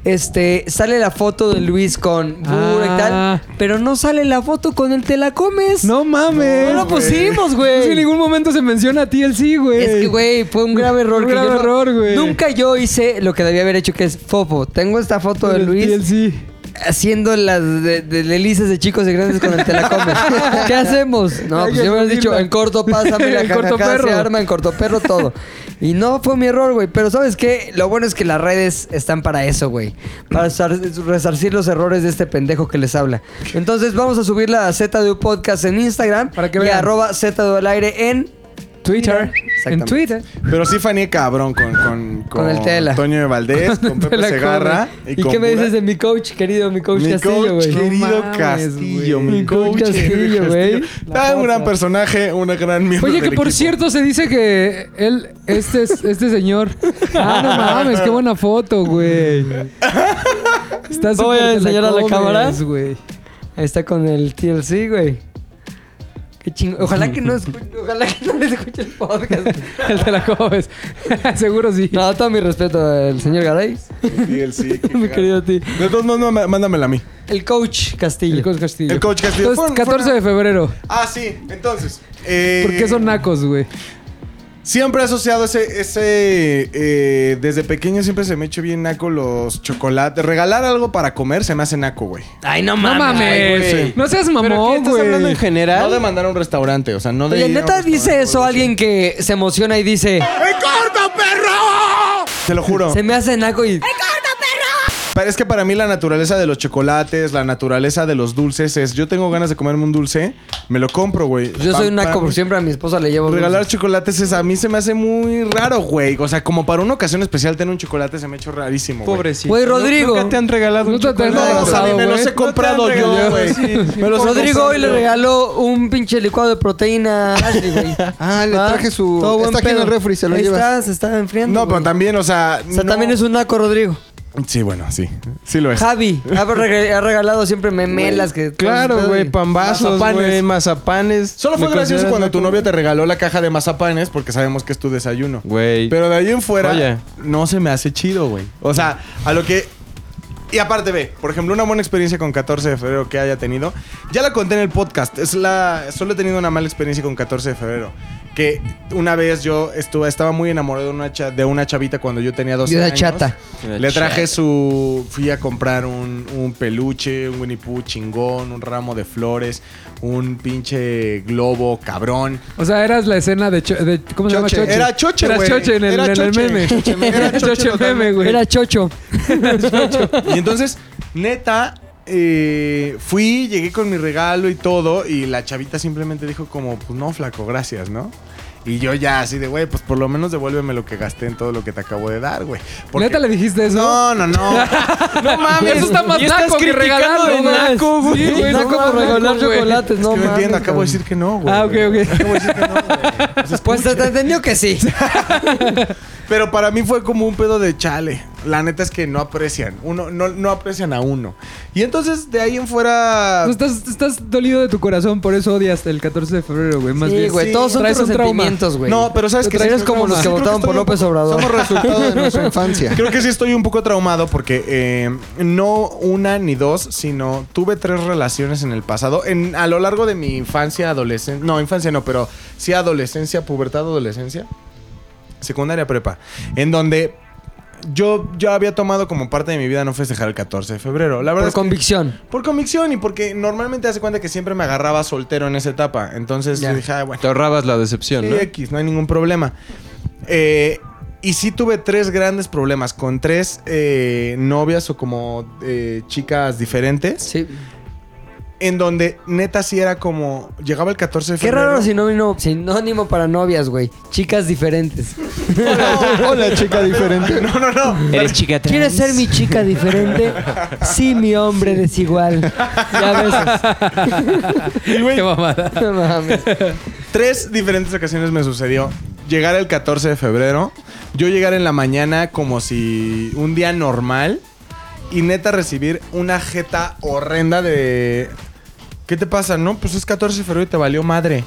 S2: este, sale la foto de Luis con Bura y
S4: Ah.
S2: tal. Pero no sale la foto con el Te la comes.
S4: No mames.
S2: No lo pusimos, güey.
S4: Es que Pues en ningún momento se menciona a TLC, güey.
S2: Es que, güey, fue un grave error.
S4: Un
S2: que
S4: grave
S2: yo no-
S4: error, güey.
S2: Nunca yo hice lo que debía haber hecho, que es Fofo. Tengo esta foto de
S4: El
S2: Luis
S4: TLC.
S2: haciendo las de, de delicias de chicos y grandes con el telacomes. ¿Qué hacemos? No,
S4: Hay
S2: pues
S4: que
S2: yo me
S4: subirla.
S2: dicho, en corto pásame la
S4: En
S2: jajaja,
S4: corto perro.
S2: se arma, en corto perro, todo. Y no fue mi error, güey. Pero ¿sabes qué? Lo bueno es que las redes están para eso, güey. Para sar- resarcir los errores de este pendejo que les habla. Entonces vamos a subir la ZDU Podcast en Instagram
S4: Para que
S2: y
S4: vean.
S2: arroba ZDU al aire en...
S4: Twitter. En
S2: Exactamente.
S4: Twitter.
S3: Pero sí faneé cabrón con, con,
S2: Con el Tela.
S3: Toño de Valdés, con
S4: Te la
S3: Pepe
S4: comes.
S3: Segarra. ¿Y,
S4: ¿Y,
S3: con
S4: qué me
S3: Burak.
S4: dices de mi coach, querido? Mi coach
S3: Mi
S4: Castillo,
S3: coach,
S4: güey.
S3: querido
S4: No mames,
S3: Castillo,
S4: güey.
S3: mi coach,
S4: Castillo,
S3: querido
S4: güey.
S3: Castillo. Ah, un gran personaje, una gran miembro
S4: Oye, que
S3: del
S4: por
S3: equipo.
S4: cierto se dice que él, este, es- este señor. Ah, no mames, qué buena foto, güey. Está
S2: Voy
S4: súper
S2: a enseñar a la
S4: telacomes,
S2: cámara.
S4: güey.
S2: Ahí está con el TLC, güey. Qué chingo. Ojalá que no escu- ojalá que no les escuche el podcast.
S4: El de la comes. Seguro sí.
S2: No, todo mi respeto al señor Garay.
S3: Sí, él sí, qué
S2: Mi
S3: cagado.
S2: querido ti.
S3: De todos modos, no, mándamela a mí.
S2: El coach Castillo.
S4: El coach Castillo.
S3: El coach Castillo.
S4: Entonces,
S3: Fueron-
S4: 14 de febrero.
S3: Ah, sí, entonces. eh,
S4: ¿Por qué son nacos, güey?
S3: Siempre he asociado ese. ese eh, desde pequeño siempre se me echo bien naco los chocolates. Regalar algo para comer se me hace naco, güey.
S2: Ay, no
S4: No
S2: mames.
S4: mames.
S3: güey.
S4: no seas
S11: ¿Pero qué
S4: mamón,
S11: estás hablando en
S4: güey.
S11: general?
S3: No de mandar a un restaurante, o sea, no de.
S2: Oye,
S3: ir a un
S2: neta dice
S3: restaurante,
S2: eso
S3: güey.
S2: alguien que se emociona y dice:
S3: Te lo juro.
S2: Se me hace naco y.
S3: Pero es que para mí la naturaleza de los chocolates, la naturaleza de los dulces es, yo tengo ganas de comerme un dulce, me lo compro, güey.
S2: Yo soy un
S3: Pa-
S2: naco,
S3: pa-
S2: por siempre a mi esposa le llevo.
S3: Regalar
S2: dulces.
S3: chocolates es a mí se me hace muy raro, güey. O sea, como para una ocasión especial tener un chocolate se me ha hecho rarísimo, güey.
S11: Pobrecito.
S2: Güey, Rodrigo.
S11: Nunca te han regalado
S4: No
S11: un
S4: te han
S11: chocolate.
S3: No, o sea, ni me los
S4: güey.
S3: he comprado
S11: No te han
S3: yo,
S11: regalado,
S3: güey.
S11: sí.
S3: Me los he
S2: Rodrigo hoy le
S3: comprado.
S2: regaló un pinche licuado de proteína a Ashley, güey.
S5: Ah, le
S2: ¿Va?
S5: traje su-
S2: Todo buen
S5: está aquí en
S2: pedo.
S5: el refri, se lo
S2: Ahí
S5: llevas.
S2: está, se está enfriando.
S3: No, pero
S2: güey.
S3: también, o sea...
S2: O sea, también es un naco, Rodrigo.
S3: Sí, bueno, sí. Sí lo es.
S2: Javi ha reg- ha regalado siempre memelas que
S11: Claro, güey, pambazos,
S2: Mazapanes.
S11: güey, mazapanes.
S3: Solo fue
S11: Me
S3: gracioso
S11: consideras
S3: cuando tu
S11: naco.
S3: novia te regaló la caja de mazapanes porque sabemos que es tu desayuno.
S11: Güey.
S3: Pero de ahí en fuera,
S11: Oye.
S3: no se me hace chido, güey. O sea, a lo que. Y aparte, ve, por ejemplo, una buena experiencia con 14 de febrero que haya tenido. Ya la conté en el podcast. Es la. Solo he tenido una mala experiencia con 14 de febrero. Que una vez yo estuve, estaba muy enamorado de una, cha- de una chavita cuando yo tenía 12
S2: Y una
S3: años.
S2: chata.
S11: Una
S3: Le traje
S11: chata.
S3: su. Fui a comprar un, un peluche, un Winnie Pooh chingón, un ramo de flores, un pinche globo cabrón.
S4: O sea, eras la escena de, Cho- de- ¿cómo se llama
S3: Choche.
S4: Choche?
S3: Era Choche,
S4: Era
S3: güey.
S4: Choche en el,
S3: Era
S4: en el
S3: Choche.
S4: meme.
S3: Choche meme. Era
S4: Era
S3: Choche
S4: Choche meme, güey.
S2: Era chocho.
S3: Y entonces, neta, eh, fui, llegué con mi regalo y todo, y la chavita simplemente dijo como, pues no, flaco, gracias, ¿no? Y yo ya así de, güey, pues por lo menos devuélveme lo que gasté en todo lo que te acabo de dar, güey. Porque-
S4: ¿Neta le dijiste eso?
S3: No, no, no.
S4: No mames, eso está más
S11: y estás
S4: naco que
S11: criticando
S4: regalar,
S11: de
S4: no mames.
S11: naco, güey.
S4: Sí, güey,
S2: Naco
S4: no
S2: por
S4: mames,
S2: regalar
S4: güey.
S2: chocolates,
S3: es
S2: no
S3: que no
S2: mames,
S3: entiendo, acabo
S2: cabrón.
S3: de decir que no, güey.
S4: Ah, ok, ok.
S3: Acabo de decir que no, güey. Entonces,
S2: Pues te entendió que sí.
S3: Pero para mí fue como un pedo de chale. La neta es que no aprecian. Uno, no, no aprecian a uno. Y entonces de ahí en fuera.
S4: No, Pues
S2: Pues,
S4: estás, estás dolido de tu corazón, por eso odias el 14 de febrero, güey. Más
S2: Sí,
S4: bien.
S2: güey, todos son
S4: Traes un trauma.
S2: resentimientos, güey.
S3: No, pero sabes que sí
S2: Eres
S3: creo
S2: como
S3: que-
S2: los
S3: sí
S2: que
S3: creo
S2: votaron
S3: estoy
S2: por
S3: un-
S2: López Obrador.
S5: Somos resultado de nuestra infancia.
S3: Creo que sí estoy un poco traumado porque eh, no una ni dos, sino tuve tres relaciones en el pasado. En, a lo largo de mi infancia, adolescencia. No, infancia no, pero sí adolescencia, pubertad, adolescencia. Secundaria prepa. En donde yo, yo había tomado como parte de mi vida no festejar el 14 de febrero. La verdad
S2: Por
S3: es que-
S2: convicción.
S3: por convicción y porque normalmente hace cuenta que siempre me agarraba soltero en esa etapa. Entonces
S2: Ya.
S3: yo dije, ah, bueno.
S11: Te ahorrabas la decepción, ¿no?
S3: Sí, X, no hay ningún problema. Eh, y sí tuve tres grandes problemas con tres eh, novias o como eh, chicas diferentes.
S2: Sí.
S3: en donde neta sí era como. Llegaba el 14 de
S2: Qué
S3: febrero.
S2: raro sinónimo, sinónimo para novias, güey. Chicas diferentes.
S5: Hola, chica diferente.
S3: No, no, no.
S2: Eres
S11: chica
S2: ¿Quieres ser mi chica diferente? Sí, mi hombre desigual. Ya
S3: Y, güey,
S2: ves. No mames.
S3: Tres diferentes ocasiones me sucedió. Llegar el 14 de febrero, yo llegar en la mañana como si un día normal y neta recibir una jeta horrenda de... ¿Qué te pasa? No, pues es 14 de febrero y te valió madre.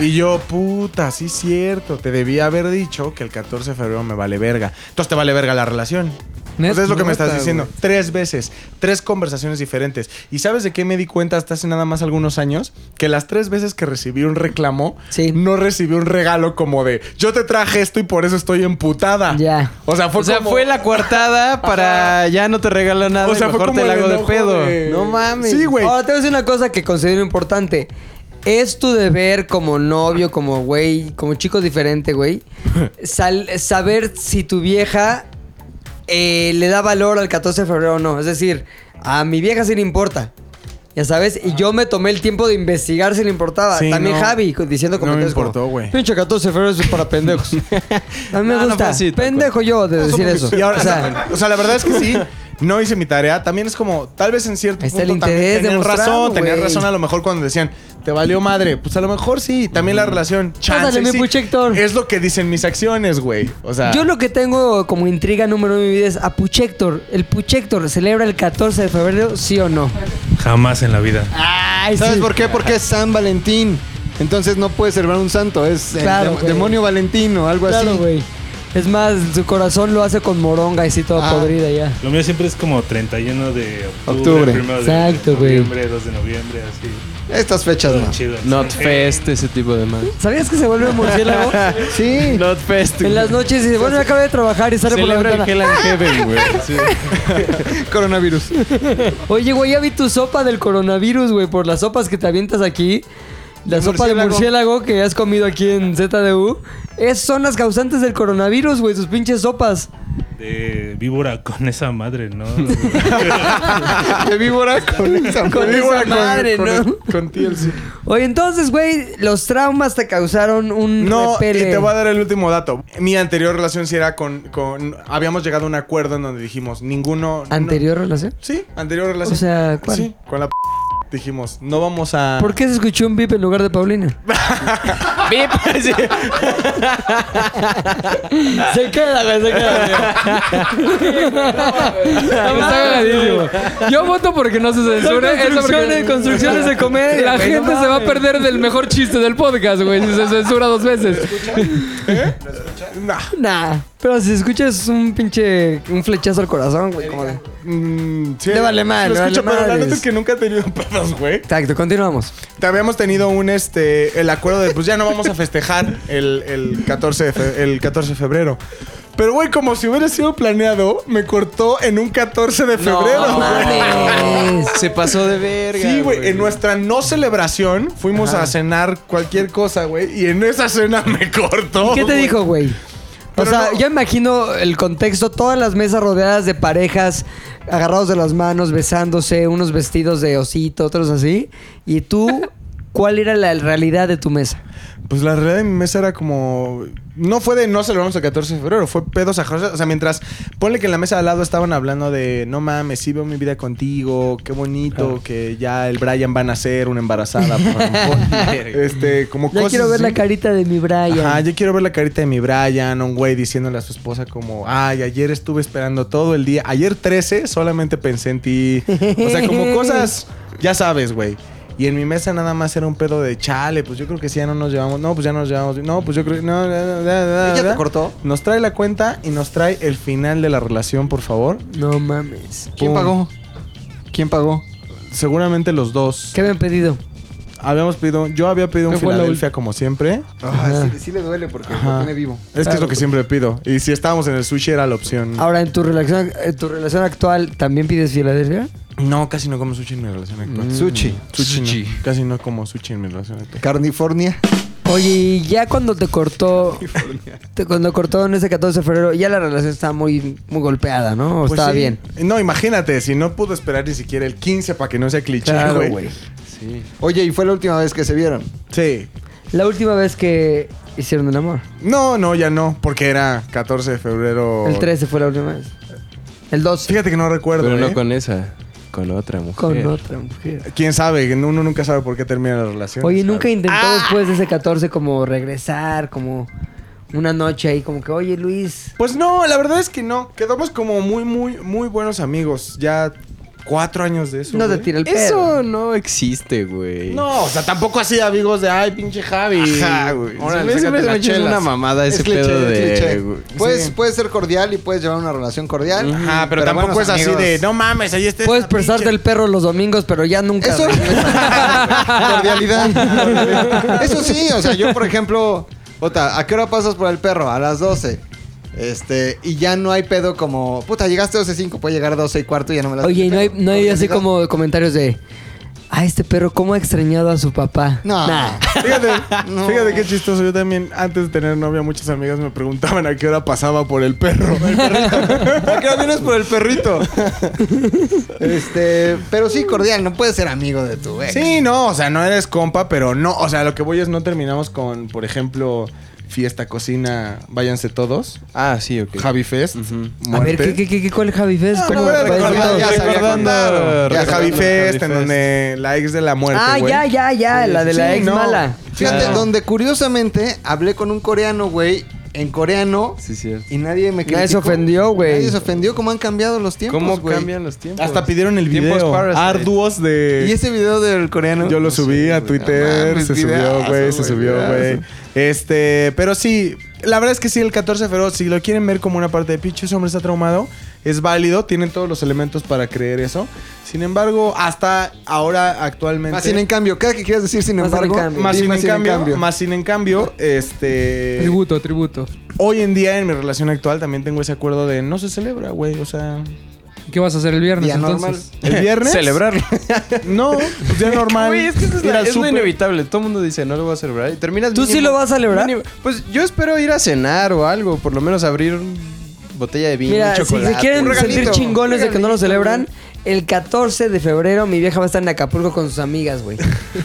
S3: Y yo, puta, sí es cierto, te debía haber dicho que el 14 de febrero me vale verga. Entonces te vale verga la relación.
S4: Net-
S3: Entonces es lo que me
S4: neta,
S3: estás diciendo.
S4: güey.
S3: Tres veces, tres conversaciones diferentes. ¿Y sabes de qué me di cuenta hasta hace nada más algunos años? Que las tres veces que recibí un reclamo, no recibí un regalo como de yo te traje esto y por eso estoy emputada.
S2: Ya.
S3: O sea, fue
S11: o sea,
S3: como-
S11: fue la coartada para ya no te regalo nada
S3: O sea,
S11: y
S3: fue
S11: mejor
S3: como
S11: te la
S3: el
S11: hago de
S3: enojo
S11: pedo.
S3: de-
S2: No mames.
S3: Sí, güey.
S2: Ahora te voy a decir una cosa que considero importante. Es tu deber como novio, como güey, como chico diferente, güey, sal- saber si tu vieja eh, le da valor al 14 de febrero o no. Es decir, a mi vieja sí le importa. Ya sabes, y yo me tomé el tiempo de investigar si le importaba.
S3: Sí,
S2: También
S3: no.
S2: Javi diciendo
S3: No me
S2: comentarios como
S3: importó, güey.
S2: Pinche 14 de febrero eso es para pendejos. A mí me
S11: No, no
S2: gusta.
S11: fue así, tal cual.
S2: Pendejo yo de decir eso.
S3: Y ahora-
S2: o sea,
S3: o sea, la verdad es que sí. No hice mi tarea. También es como, tal vez en cierto
S2: Ahí está el
S3: punto
S2: interés
S3: también tenían
S2: demostrado,
S3: razón. Tenían
S2: güey.
S3: razón a lo mejor cuando decían, te valió madre. Pues a lo mejor sí. También la relación. Chance,
S2: Mm. Pásale, mi
S3: sí.
S2: puche, Héctor.
S3: Es lo que dicen mis acciones, güey. O sea,
S2: Yo lo que tengo como intriga número uno de mi vida es a Puchector. ¿El Puchector celebra el 14 de febrero, sí o no?
S12: Jamás en la vida.
S5: ¿Sabes por qué? Porque es San Valentín. Entonces no puede celebrar un santo, es el
S2: Claro,
S5: dem-
S2: güey.
S5: demonio Valentín o algo
S2: Claro,
S5: así.
S2: güey. Es más, su corazón lo hace con moronga y sí, toda
S5: Ah.
S2: podrida ya.
S12: Lo mío siempre es como 31 de octubre,
S5: Octubre.
S12: primero de
S2: Exacto, güey.
S12: noviembre, 2 de noviembre, así.
S5: Estas fechas no.
S12: Chido.
S11: Not fest, ese tipo de más.
S2: ¿Sabías que se vuelve murciélago? sí.
S11: Not fest.
S2: En las noches dice, bueno, ya acabé de trabajar y sale por la
S11: Celebra el
S2: ventana.
S11: Hell and Heaven, güey. Sí.
S5: Coronavirus.
S2: Oye, güey, ya vi tu sopa del coronavirus, güey, por las sopas que te avientas aquí. La
S5: De
S2: sopa de
S5: murciélago.
S2: murciélago que has comido aquí en ZDU. Es, son las causantes del coronavirus, güey, sus pinches sopas.
S12: De víbora con esa madre, ¿no?
S5: De víbora con esa
S2: Con
S5: víbora
S2: esa madre,
S5: con-
S2: ¿no?
S3: con TLC.
S2: Oye, entonces, güey, los traumas te causaron un
S3: No,
S2: repele.
S3: y te voy a dar el último dato. Mi anterior relación sí era con, con- Habíamos llegado a un acuerdo en donde dijimos, ninguno... no-
S2: ¿Anterior relación?
S3: sí, anterior relación.
S2: O sea, ¿cuál?
S3: Sí, con la... p- Dijimos, no vamos a...
S2: ¿Por qué se escuchó un bip en lugar de Paulina?
S11: Bip. Sí.
S2: se queda, güey, se queda.
S4: Está cagadísimo. Yo voto porque no se censure. eso porque-
S2: construcciones, construcciones de comedia.
S4: La
S2: güey, no
S4: gente se va a
S2: mames.
S4: perder del mejor chiste del podcast, güey, si se censura dos veces.
S3: Nah.
S2: Nah, pero si escuchas un pinche un flechazo al corazón, güey, como de...
S3: Mm, sí,
S2: Le vale mal,
S3: lo
S2: le
S3: escucho,
S2: vale
S3: pero la
S2: madres.
S3: neta es que nunca he tenido pedos, güey.
S2: Exacto, continuamos.
S3: Te habíamos tenido un este el acuerdo de pues ya no vamos a festejar el, el 14 de fe- el 14 de febrero. Pero güey, como si hubiera sido planeado, me cortó en un 14 de febrero. güey.
S2: mames.
S11: Se pasó de verga.
S3: Sí, güey, en nuestra no celebración fuimos a cenar cualquier cosa, güey, y en esa cena me cortó.
S2: ¿Qué te
S3: güey.
S2: dijo, güey? O
S3: Oh, Pero
S2: sea,
S3: no.
S2: yo imagino el contexto, todas las mesas rodeadas de parejas, agarrados de las manos, besándose, unos vestidos de osito, otros así. Y tú, ¿cuál era la realidad de tu mesa?
S3: Pues la realidad de mi mesa era como. No fue de no celebramos el 14 de febrero, fue pedos a O sea, mientras. Ponle que en la mesa de al lado estaban hablando de no mames, sí veo mi vida contigo, qué bonito, que ya el Brian va a nacer una embarazada. por favor. este, como
S2: Ya
S3: cosas
S2: quiero ver
S3: así.
S2: la carita de mi Brian.
S3: Ajá, yo quiero ver la carita de mi Brian, un güey diciéndole a su esposa como, ay, ayer estuve esperando todo el día, ayer 13 solamente pensé en ti. O sea, como cosas, ya sabes, güey. Y en mi mesa nada más era un pedo de chale, pues yo creo que sí, ya no nos llevamos, no, pues ya no nos llevamos, no, pues yo creo que no, da, da, da, da,
S5: ¿Ella te
S3: da".
S5: cortó?
S3: Nos trae la cuenta y nos trae el final de la relación, por favor.
S2: No mames.
S5: ¿Quién
S3: Pum.
S5: pagó? ¿Quién pagó?
S3: Seguramente los dos.
S2: ¿Qué me han pedido?
S3: Habíamos pedido, yo había pedido un
S4: ¿Qué fue la
S3: Filadelfia como siempre.
S5: Ah, sí, sí le duele porque
S3: Ajá.
S5: lo tiene vivo.
S3: Es que es lo que siempre pido. Y si estábamos en el sushi era la opción.
S2: Ahora, en tu relación, en tu relación actual, ¿también pides Filadelfia?
S3: No, casi no como sushi en mi relación
S2: Mm,
S3: actual.
S5: Sushi.
S3: Sushi. no. Casi no como sushi en mi relación actual.
S5: California.
S2: Oye, y ya cuando te cortó, te- cuando cortó en ese 14 de febrero, ya la relación estaba muy, muy golpeada, ¿no? O
S3: Pues
S2: estaba
S3: sí.
S2: bien.
S3: No, imagínate, si no pudo esperar ni siquiera el 15 para que no sea cliché,
S2: Claro,
S3: güey.
S2: güey.
S5: Oye, y fue la última vez que se vieron.
S3: Sí.
S2: La última vez que hicieron el amor.
S3: No, no, ya no, porque era 14 de febrero.
S2: El 13 fue la última vez. El 2.
S3: Oh. Fíjate que no recuerdo.
S11: Pero no
S3: ¿eh?
S11: con esa, con otra mujer.
S2: Con otra mujer.
S3: Quién sabe, uno nunca sabe por qué Ah. termina la relación.
S2: Oye, nunca intentó después de ese 14 como regresar, como una noche ahí, como que, oye Luis.
S3: Pues no, la verdad es que no. Quedamos como muy, muy, muy buenos amigos. Ya cuatro años de eso.
S2: No te
S3: güey.
S2: tira el pedo.
S11: Eso no existe, güey.
S3: No, o sea, tampoco así amigos de ay, pinche Javi.
S11: Ajá, güey.
S3: Órale,
S11: Se me- se me- se
S3: sácate
S11: me
S3: las
S11: hizo
S3: chelas.
S11: una mamada ese pedo de- Eh, güey. Pues,
S5: Puedes,
S3: Sí.
S5: puedes ser cordial y puedes llevar una relación cordial.
S3: Ajá, pero, tampoco
S5: buenos
S3: es así
S5: amigos.
S3: de no mames, ahí está.
S2: Puedes prestarte el perro los domingos, pero ya nunca.
S5: Eso- Cordialidad. Eso sí, o sea, yo por ejemplo, puta, ¿a qué hora pasas por el perro? A las 12. Este, y ya no hay pedo como, puta, llegaste a 12.05, puede llegar a 12 y cuarto y ya no me la
S2: Oye, ¿y no hay, no hay así como comentarios de. Ah, este perro, ¿cómo ha extrañado a su papá?
S5: No.
S2: Nah.
S3: Fíjate, fíjate qué chistoso. Yo también, antes de tener novia, muchas amigas me preguntaban a qué hora pasaba por el perro.
S5: ¿A qué hora vienes por el perrito? este, pero sí, cordial, no puedes ser amigo de tu ex.
S3: Sí, no, o sea, no eres compa, pero no, o sea, lo que voy es no terminamos con, por ejemplo, fiesta, cocina, váyanse todos.
S11: Ah, sí, ok.
S3: Javi Fest.
S2: A ver,
S3: muerte.
S2: ¿qué, qué, qué, qué cuál Javi Fest?
S3: No,
S2: ¿Cómo
S3: no,
S2: parece
S3: recordando,
S2: todo?
S5: ya sabía
S3: recordando
S5: contar.
S3: la
S5: Ya
S3: Javi
S5: sabía
S3: Fest,
S5: contar.
S3: en donde la ex de la muerte.
S2: Ah,
S3: güey.
S2: ya, ya, ya,
S3: Sí,
S2: la de
S3: sí,
S2: la
S3: sí,
S2: ex
S3: no.
S2: mala.
S5: Fíjate,
S2: Claro.
S5: donde curiosamente hablé con un coreano, güey, en coreano,
S11: Sí, cierto.
S5: y nadie me criticó.
S2: Nadie se ofendió, güey.
S5: Nadie se ofendió, cómo han cambiado los tiempos,
S11: ¿Cómo
S5: güey.
S11: cambian los tiempos?
S3: Hasta pidieron el
S11: Tiempos
S3: video.
S11: Parasite.
S3: Arduos
S5: Y
S3: de.
S5: ese video del coreano.
S3: Yo lo subí a
S5: No
S3: Twitter,
S5: mames,
S3: se subió,
S5: videazo,
S3: güey, se
S5: güey,
S3: subió,
S5: videazo.
S3: güey. Este, pero sí, la verdad es que sí, el 14 de febrero, si lo quieren ver como una parte de pinche, ese hombre está traumado, es válido, tienen todos los elementos para creer eso. Sin embargo, hasta ahora, actualmente.
S5: Más ah, sin en cambio, cada que quieras decir sin
S2: Más sin en
S5: embargo,
S2: cambio.
S3: más
S5: di
S3: sin en cambio, más sin en cambio,
S5: Eh,
S3: este.
S4: Tributo, tributo.
S3: Hoy en día, en mi relación actual, también tengo ese acuerdo de no se celebra, güey, o sea.
S4: ¿Qué vas a hacer el viernes
S5: Día
S4: entonces?
S5: normal.
S3: El viernes.
S11: Celebrarlo.
S3: No, pues ya normal.
S11: Güey, es que eso es,
S3: ir
S11: la-
S3: al
S11: es lo
S3: súper.
S11: inevitable. Todo el mundo dice, no lo voy a celebrar. Y terminas
S2: ¿Tú sí lo vas a celebrar?
S11: pues yo espero ir a cenar o algo. Por lo menos abrir un botella de vino,
S2: Mira,
S11: un
S2: si
S11: chocolate.
S2: se quieren
S11: un regalito.
S2: sentir chingones de que no lo celebran, el 14 de febrero mi vieja va a estar en Acapulco con sus amigas, güey.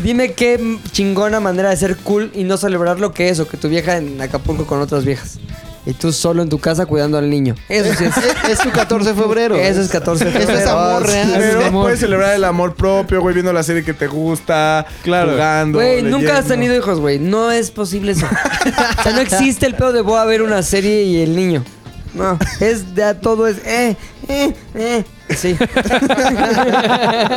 S2: Dime qué m- chingona manera de ser cool y no celebrar lo que es o que tu vieja en Acapulco con otras viejas. Y tú solo en tu casa cuidando al niño. Eso sí es.
S5: Es, es su 14 de febrero.
S2: Eso es 14 de
S5: Eso es
S2: febrero. Ah,
S5: amor real.
S3: Pero
S4: Gracias, amor.
S3: puedes celebrar el amor propio, güey, viendo la serie que te gusta,
S11: Claro.
S3: jugando.
S2: Güey, nunca has
S3: leyendo.
S2: tenido hijos, güey. No es posible eso. o sea, no existe el pedo de voy a ver una serie y el niño. No, es de a todo es eh, eh, eh. Sí.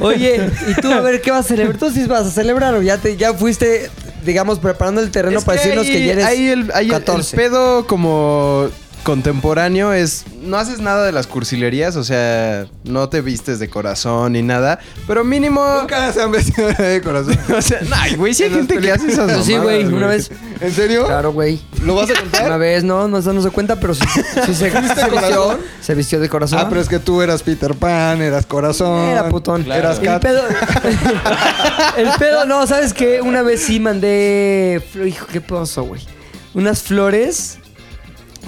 S2: Oye, ¿y tú a ver qué vas a celebrar? Tú sí vas a celebrar o ya te ya fuiste digamos preparando el terreno
S11: Es
S2: para decirnos que ya eres
S11: ahí el, ahí el- el
S2: 14.
S11: pedo como contemporáneo es no haces nada de las cursilerías, o sea, no te vistes de corazón ni nada, pero mínimo
S5: Nunca se han vestido de corazón.
S11: o sea, no, ay, güey, sí hay
S5: En las
S11: gente que hace esas
S2: Pues
S11: mamadas,
S2: sí, güey, una vez.
S5: ¿En serio?
S2: Claro, güey.
S5: ¿Lo vas a contar?
S2: Una vez, no, no, eso no se cuenta, pero sí, sí se, se vistió,
S5: corazón?
S2: se vistió de corazón.
S5: Ah, pero es que tú eras Peter Pan, eras corazón.
S2: Era putón.
S5: Eras
S2: El
S5: cat.
S2: pedo. el pedo, no, ¿sabes qué? Una vez sí mandé. fl- Hijo, qué pozo, güey. Unas flores.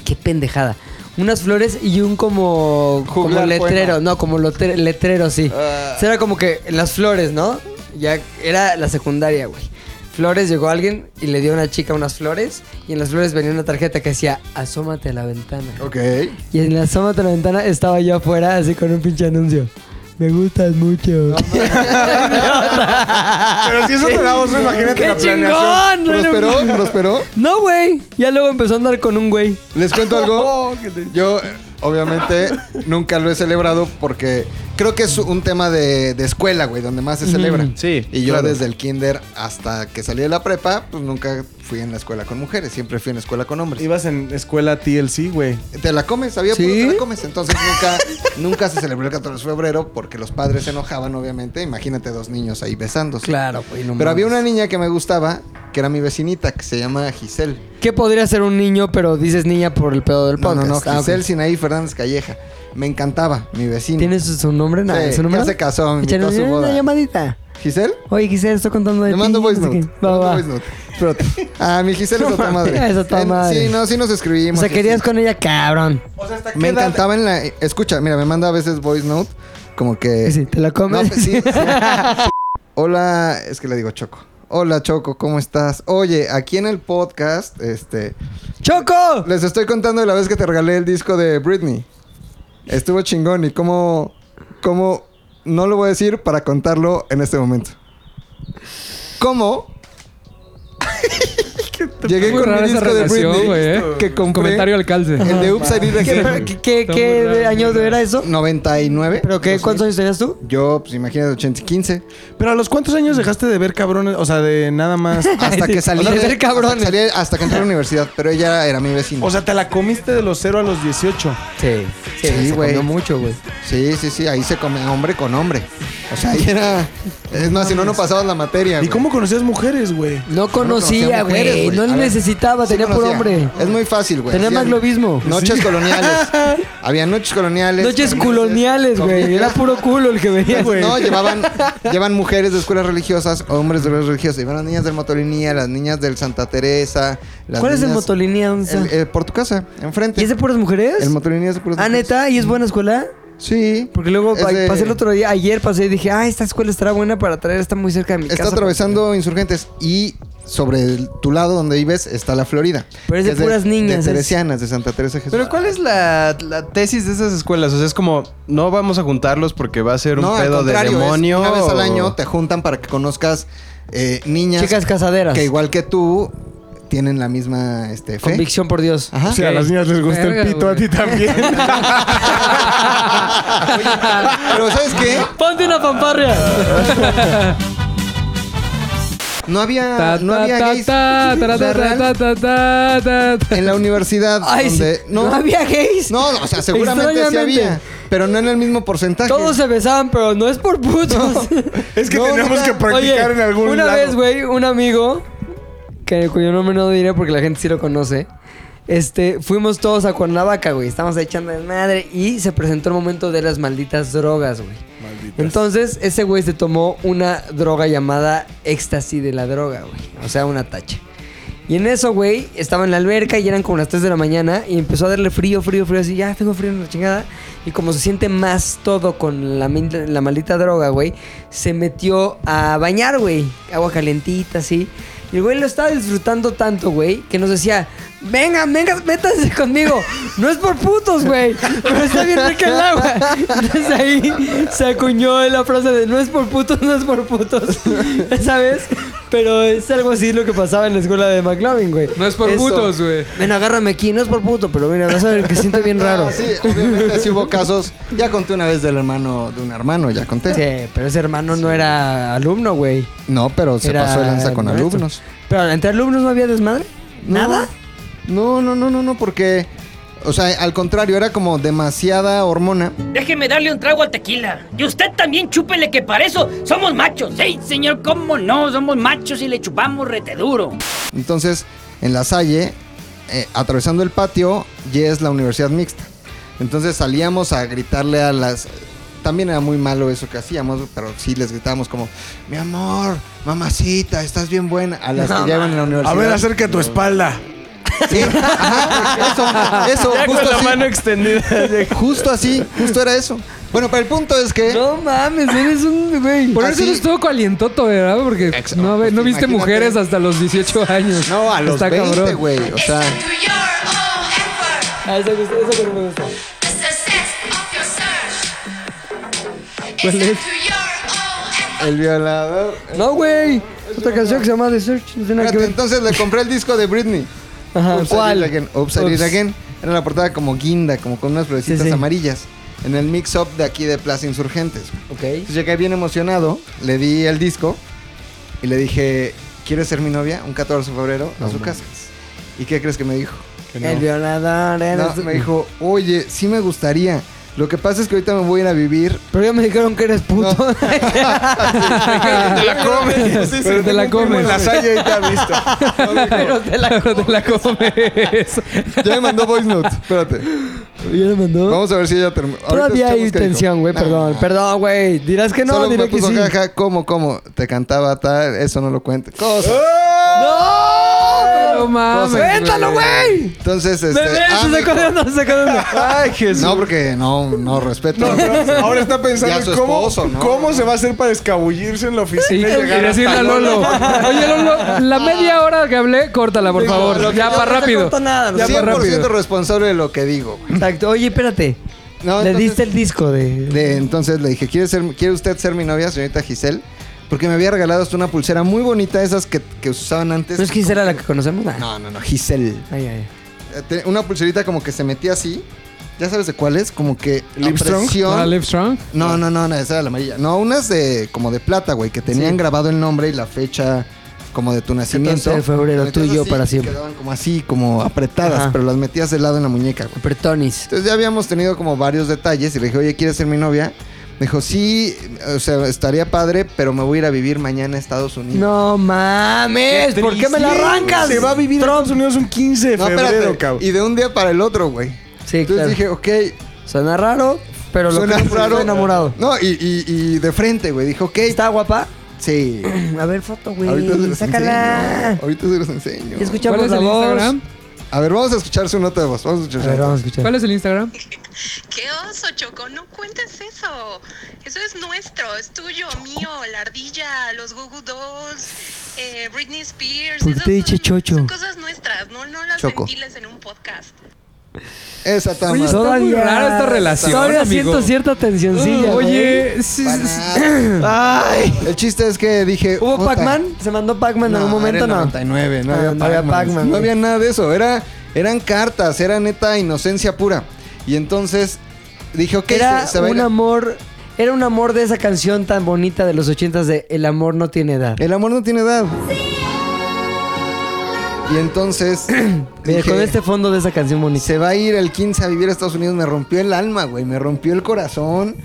S2: Qué pendejada. Unas flores y un como. como
S5: Juglar Ah.
S2: letrero.
S5: poema.
S2: No, como lotre- letrero, sí. O sea, era como que las flores, ¿no? Ya era la secundaria, güey. Flores llegó alguien y le dio a una chica unas flores. Y en las flores venía una tarjeta que decía: Asómate a la ventana.
S5: Ok.
S2: Y en la sombra de la ventana estaba yo afuera, así con un pinche anuncio. Me gustas mucho.
S3: Pero si eso te da oso, imagínate
S2: ¡Qué
S3: la planeación.
S2: chingón! No,
S5: ¿Prosperó?
S2: no, no.
S5: ¿Prosperó?
S2: No, güey. Ya luego empezó a andar con un güey.
S5: ¿Les cuento
S2: Oh,
S5: algo? Yo, eh, obviamente, nunca lo he celebrado porque creo que es un tema de, de escuela, güey, donde más se celebra.
S11: Sí,
S5: Y yo
S11: claro.
S5: desde el kinder hasta que salí de la prepa, pues nunca fui en la escuela con mujeres, siempre fui en la escuela con hombres.
S3: Ibas en escuela TLC, güey.
S5: Te la comes, había
S2: ¿Sí?
S5: puro te la comes. Entonces nunca, nunca se celebró el 14 de febrero porque los padres se enojaban, obviamente. Imagínate dos niños ahí besándose.
S2: Claro, güey. No
S5: Pero había
S2: mames.
S5: una niña que me gustaba, que era mi vecinita, que se llama Giselle.
S2: ¿Qué podría ser un niño, pero dices niña por el pedo del
S5: No, no,
S2: podcast?
S5: no,
S2: Ah, ok.
S5: Giselle Sinaí Fernández Calleja. Me encantaba, mi vecina.
S2: ¿Tienes su- su nombre? Nada,
S5: Sí,
S2: ¿Su nombre?
S5: ya se casó, me
S2: Échale
S5: invitó a su
S2: una
S5: boda.
S2: llamadita.
S5: ¿Giselle?
S2: Oye, Giselle, estoy contando de
S5: Le
S2: ti.
S5: mando voice
S2: no sé
S5: note.
S2: qué.
S5: Le
S2: Va,
S5: mando
S2: va.
S5: voice note. Espérate. Ah, mi Giselle es otra madre.
S2: Es otra
S5: En-
S2: madre.
S5: Sí, no, sí nos
S2: O
S5: escribimos.
S2: sea,
S5: y
S2: querías
S5: así.
S2: con ella, cabrón.
S3: O sea, hasta
S5: Me encantaba en la... Escucha, mira, me manda a veces voice note como que...
S2: Eh, Sí, te la
S5: No,
S2: comes.
S5: pues sí, sí. Hola, es que le digo Choco. Hola Choco, ¿cómo estás? Oye, aquí en el podcast, este...
S2: ¡Choco!
S5: Les estoy contando de la vez que te regalé el disco de Britney. Estuvo chingón y cómo... cómo no lo voy a decir para contarlo en este momento. ¿Cómo? Llegué
S4: Muy
S5: con
S4: rara
S5: mi
S4: esa
S5: disco de
S4: relación,
S5: Britney
S4: güey, ¿eh?
S5: que compré.
S4: Comentario al calce.
S5: El de Upside Down.
S4: ¿Qué- qué- qué- Está muy qué raro.
S5: año era eso? 99. ¿Pero qué? ¿Cuántos
S2: años tenías tú?
S5: Yo, pues imagínate, 80 y 15.
S3: Pero a los cuántos años dejaste de ver cabrones, o sea, de nada más.
S5: Hasta que salí.
S3: O sea,
S5: hasta que salí- hasta que entré a la universidad, pero ella era mi vecina.
S3: o sea, te la comiste de los 0 a los 18.
S2: Sí,
S5: Sí, güey.
S2: mucho, güey.
S5: Sí, sí, sí. Ahí se come hombre con hombre. O sea, ahí era. Es más, si no, no pasabas la materia.
S3: ¿Y
S5: güey.
S3: cómo conocías mujeres, güey?
S2: No
S5: conocía
S2: conocía,
S5: mujeres,
S2: güey.
S5: güey.
S2: No
S5: A ver,
S2: necesitaba,
S5: Sí
S2: tenía por
S5: conocía.
S2: hombre.
S5: Es muy fácil, güey.
S2: Tenía
S5: Sí, había
S2: maglobismo.
S5: Noches
S2: Sí.
S5: coloniales. Había noches coloniales.
S2: Noches
S5: Comidas.
S2: coloniales, güey. Era puro culo el que veía, güey.
S5: No, llevaban, llevan mujeres de escuelas religiosas, hombres de escuelas religiosas. Llevan las niñas del Motolinía, las niñas del Santa Teresa. Las
S2: ¿Cuál es el
S5: niñas-
S2: Motolinía? ¿Dónde está?
S5: El- eh, por tu casa, enfrente.
S2: ¿Y es de puras mujeres?
S5: El Motolinía es de puras
S2: Ah,
S5: mujeres.
S2: neta, ¿y es buena escuela?
S5: Sí.
S2: Porque luego
S5: Es
S2: pa-
S5: de-
S2: pasé el otro día, ayer pasé y dije, ah, esta escuela estará buena para traer, está muy cerca de mi
S5: Está
S2: casa.
S5: atravesando insurgentes y sobre el- tu lado donde vives está la Florida.
S2: Pero es de
S5: que
S2: puras niñas, es-
S5: De teresianas, de Santa Teresa de Jesús.
S11: Pero ¿cuál es la, la tesis de esas escuelas? O sea, es como, no vamos a juntarlos porque va a ser un
S5: no, al
S11: pedo de
S5: contrario, es
S11: demonio.
S5: Una vez al año
S11: o-
S5: te juntan para que conozcas eh, niñas
S2: Chicas casaderas.
S5: que igual que tú tienen la misma este, fe.
S2: Convicción por Dios.
S5: Ajá.
S3: O sea, a las niñas les gusta
S2: Verga,
S3: el pito, a ti también.
S5: Pero ¿sabes qué?
S2: ¡Ponte una fanfarria!
S5: No había,
S4: Ta,
S5: no
S4: ta,
S5: había
S4: ta,
S5: gays.
S4: ta, ta,
S5: O sea,
S4: ta,
S5: real,
S4: ta, ta, ta, ta, ta.
S5: en la universidad
S2: Ay,
S5: donde
S2: sí. ¿No había gays?
S5: No, no, o sea, seguramente sí
S2: Extrañamente.
S5: había, pero no en el mismo porcentaje.
S2: Todos se besaban, pero no es por putos.
S3: Es que
S5: No,
S3: teníamos
S5: neta.
S3: que practicar
S2: Oye,
S3: en algún
S2: una
S3: lado.
S2: vez, güey, un amigo, que, cuyo nombre no diré porque la gente sí lo conoce, este, fuimos todos a Cuernavaca, güey. Estábamos echando de madre y se presentó el momento de las malditas drogas, güey. Entonces, ese güey se tomó una droga llamada éxtasis de la droga, güey. O sea, una tacha. Y en eso, güey, estaba en la alberca y eran como las 3 de la mañana y empezó a darle frío, frío, frío, así, ya tengo frío en la chingada. Y como se siente más todo con la, min- la maldita droga, güey, se metió a bañar, güey. Agua calentita, así. Y el güey lo estaba disfrutando tanto, güey, que nos decía, vengan, vengan, métanse conmigo. No es por putos, güey, pero está bien rica el agua. Entonces ahí se acuñó la frase de, no es por putos, no es por putos, ¿sabes? Pero es algo así lo que pasaba en la escuela de McLovin, güey.
S4: No es por
S2: Eso.
S4: putos, güey.
S2: Ven, agárrame aquí, no es por puto, pero mira, vas a ver que siente bien raro.
S5: No, sí, obviamente sí hubo casos. Ya conté una vez del hermano de un hermano, ya conté.
S2: Sí, pero ese hermano no era alumno, güey.
S5: No, pero se
S2: Era
S5: pasó de lanza con
S2: maestro.
S5: alumnos.
S2: Pero entre alumnos no había desmadre. ¿Nada?
S5: No, no, no, no, no, porque o sea, al contrario, era como demasiada hormona.
S13: Déjeme darle un trago al tequila. Y usted también chúpele, que para eso somos machos. Sí, señor, cómo no, somos machos y le chupamos rete duro.
S5: Entonces, en la Salle, eh, atravesando el patio, ya es la universidad mixta. Entonces salíamos a gritarle a las... También era muy malo eso que hacíamos, pero sí les gritábamos como, mi amor, mamacita, estás bien buena, a las
S3: No,
S5: que llevan en la universidad.
S3: A ver, acerca tu espalda.
S5: Sí, ajá, eso, eso,
S11: Ya con
S5: justo
S11: la
S5: así.
S11: mano extendida.
S5: Justo así, justo era eso. Bueno, pero el punto es que...
S2: No mames, eres un güey.
S4: Por eso
S5: Así-
S4: no estuvo calientoto, ¿verdad? Porque no, ve- no viste
S5: pues, imagínate.
S4: mujeres hasta los 18 años.
S5: No, a los
S4: Está
S5: 20,
S4: cabrón.
S5: güey, o sea...
S2: Ah, eso, eso, eso no me gusta.
S5: ¿Cuál es? El violador.
S2: No, güey. Otra canción que se llama The Search. No tiene nada que
S5: Espérate,
S2: ver.
S5: entonces le compré el disco de Britney.
S2: Ajá,
S5: Oops, I
S2: ¿cuál?
S5: Did It Again. Oops, I Did It
S2: Oops.
S5: Again. Era la portada como guinda, como con unas florecitas
S2: Sí, sí.
S5: amarillas. En el mix-up de aquí de Plaza Insurgentes.
S2: Ok.
S5: Entonces llegué bien emocionado, le di el disco y le dije, ¿quieres ser mi novia? Un 14 de febrero a
S2: No
S5: su
S2: mames.
S5: casa. ¿Y qué crees que me dijo?
S2: El violador
S5: No,
S2: eres.
S5: me dijo, oye, sí me gustaría. Lo que pasa es que ahorita me voy a ir a vivir.
S2: Pero ya me dijeron que eres puto.
S3: Te la comes.
S4: Pero te la
S3: Tengo un primo En la
S4: comes.
S3: salle y te ha visto.
S2: Pero te la
S4: Pero te la comes.
S5: Ya me mandó voice note. Espérate.
S2: Ya le mandó.
S5: Vamos a ver si ella terminó.
S2: Todavía hay tensión, güey, perdón. Perdón, güey. Dirás que no,
S5: Solo me
S2: diré que
S5: puso
S2: sí.
S5: jaja, ¿cómo, cómo? Te cantaba tal, eso no lo cuente. Cosas.
S2: ¡No!
S4: No mames,
S5: cosas,
S4: cuéntalo, güey.
S5: Entonces,
S4: Me-
S5: este.
S4: me- se sacó de onda, se sacó de onda.
S5: Ay, Jesús. No, porque no, no respeto.
S3: No, pero ahora está pensando
S5: Ya su
S3: en cómo,
S5: esposo, ¿no?
S3: cómo se va a hacer para escabullirse en la oficina y,
S4: Y
S3: llegar
S4: decirle
S3: hasta
S4: a Lolo. Oye, Lolo,
S2: Ah.
S4: la media hora que hablé, córtala, por
S5: Digo, lo
S4: favor.
S5: que
S4: Ya
S5: no
S4: para
S5: te
S4: rápido.
S5: corto nada,
S4: Ya para
S5: 100%
S4: rápido.
S5: responsable de lo que digo.
S2: Exacto. Oye, espérate. Le diste el disco de...
S5: Entonces le dije, ¿quiere, ser, ¿quiere usted ser mi novia, señorita Giselle? Porque me había regalado hasta una pulsera muy bonita, esas que, que usaban antes.
S2: ¿No es Gisela la que conocemos?
S5: No, no, no, Giselle.
S2: Ay, ay.
S5: Eh, te- Una pulserita como que se metía así. ¿Ya sabes de cuál es? Como que la
S4: Livestrong.
S5: presión-
S4: Ah, Livestrong.
S5: No, no, no, no, esa era la amarilla. No, unas de como de plata, güey, que tenían
S2: Sí.
S5: grabado el nombre y la fecha como de tu nacimiento.
S2: 14 de febrero, tú y
S5: Entonces,
S2: yo
S5: sí,
S2: para siempre.
S5: Quedaban como así, como apretadas,
S2: Ajá.
S5: pero las metías de lado en la muñeca, güey.
S2: Apretonis.
S5: Entonces ya habíamos tenido como varios detalles y le dije, oye, ¿quieres ser mi novia? Me dijo, sí, o sea, estaría padre, pero me voy a ir a vivir mañana a Estados Unidos.
S2: No mames, ¿por qué me la arrancas?
S5: Se va a
S3: vivir a Estados Unidos un 15 de febrero, cabrón.
S5: Y de un día para el otro, güey.
S2: Sí,
S5: Entonces dije, ok.
S2: Suena raro, pero lo
S5: Suena
S2: que es,
S5: raro.
S2: estoy enamorado.
S5: No, y, y- y de frente, güey. Dije, ok. ¿Está
S2: guapa?
S5: Sí.
S2: A ver, foto,
S5: Ahorita se
S2: güey.
S5: los
S2: Sácala.
S5: enseño. Ahorita se los enseño.
S2: Y escuchamos ¿Cuál es la el voz. Instagram?
S5: A ver, vamos a escuchar su nota de voz. Vamos a escuchar.
S2: A ver, vamos a escuchar.
S4: ¿Cuál es el Instagram?
S14: ¿Qué oso, Choco? No cuentes eso. Eso es nuestro, es tuyo, mío, la ardilla, los Goo Goo Dolls, eh, Britney Spears.
S2: ¿Por qué
S14: esas
S2: te dije
S14: son-
S2: chocho?
S14: Son cosas nuestras, no, no las
S5: Choco.
S14: ventiles en un podcast.
S5: Esa está
S4: Oye,
S5: mal.
S4: está muy rara esta relación,
S2: Todavía
S4: amigo.
S2: siento cierta tensióncilla.
S4: Oye, sí, sí,
S2: Ay.
S5: El chiste es que dije.
S2: ¿Hubo
S5: "Puta".
S2: Pac-Man? ¿Se mandó Pac-Man en algún
S5: era
S2: momento?
S5: el
S2: No.
S5: 99, no
S2: Ah,
S5: había
S2: no había
S5: Pac-Man.
S2: Pac-Man,
S5: no
S2: güey.
S5: había nada de eso. Era, eran cartas, era neta inocencia pura. Y entonces dije, ok,
S2: Era
S5: se- se va a ir
S2: un
S5: a-
S2: amor. Era un amor de esa canción tan bonita de los ochentas de El amor no tiene edad.
S5: El amor no tiene edad. Y entonces.
S2: Mira, con este fondo de esa canción bonita.
S5: Se va a ir el 15 a vivir a Estados Unidos. Me rompió el alma, güey. Me rompió el corazón.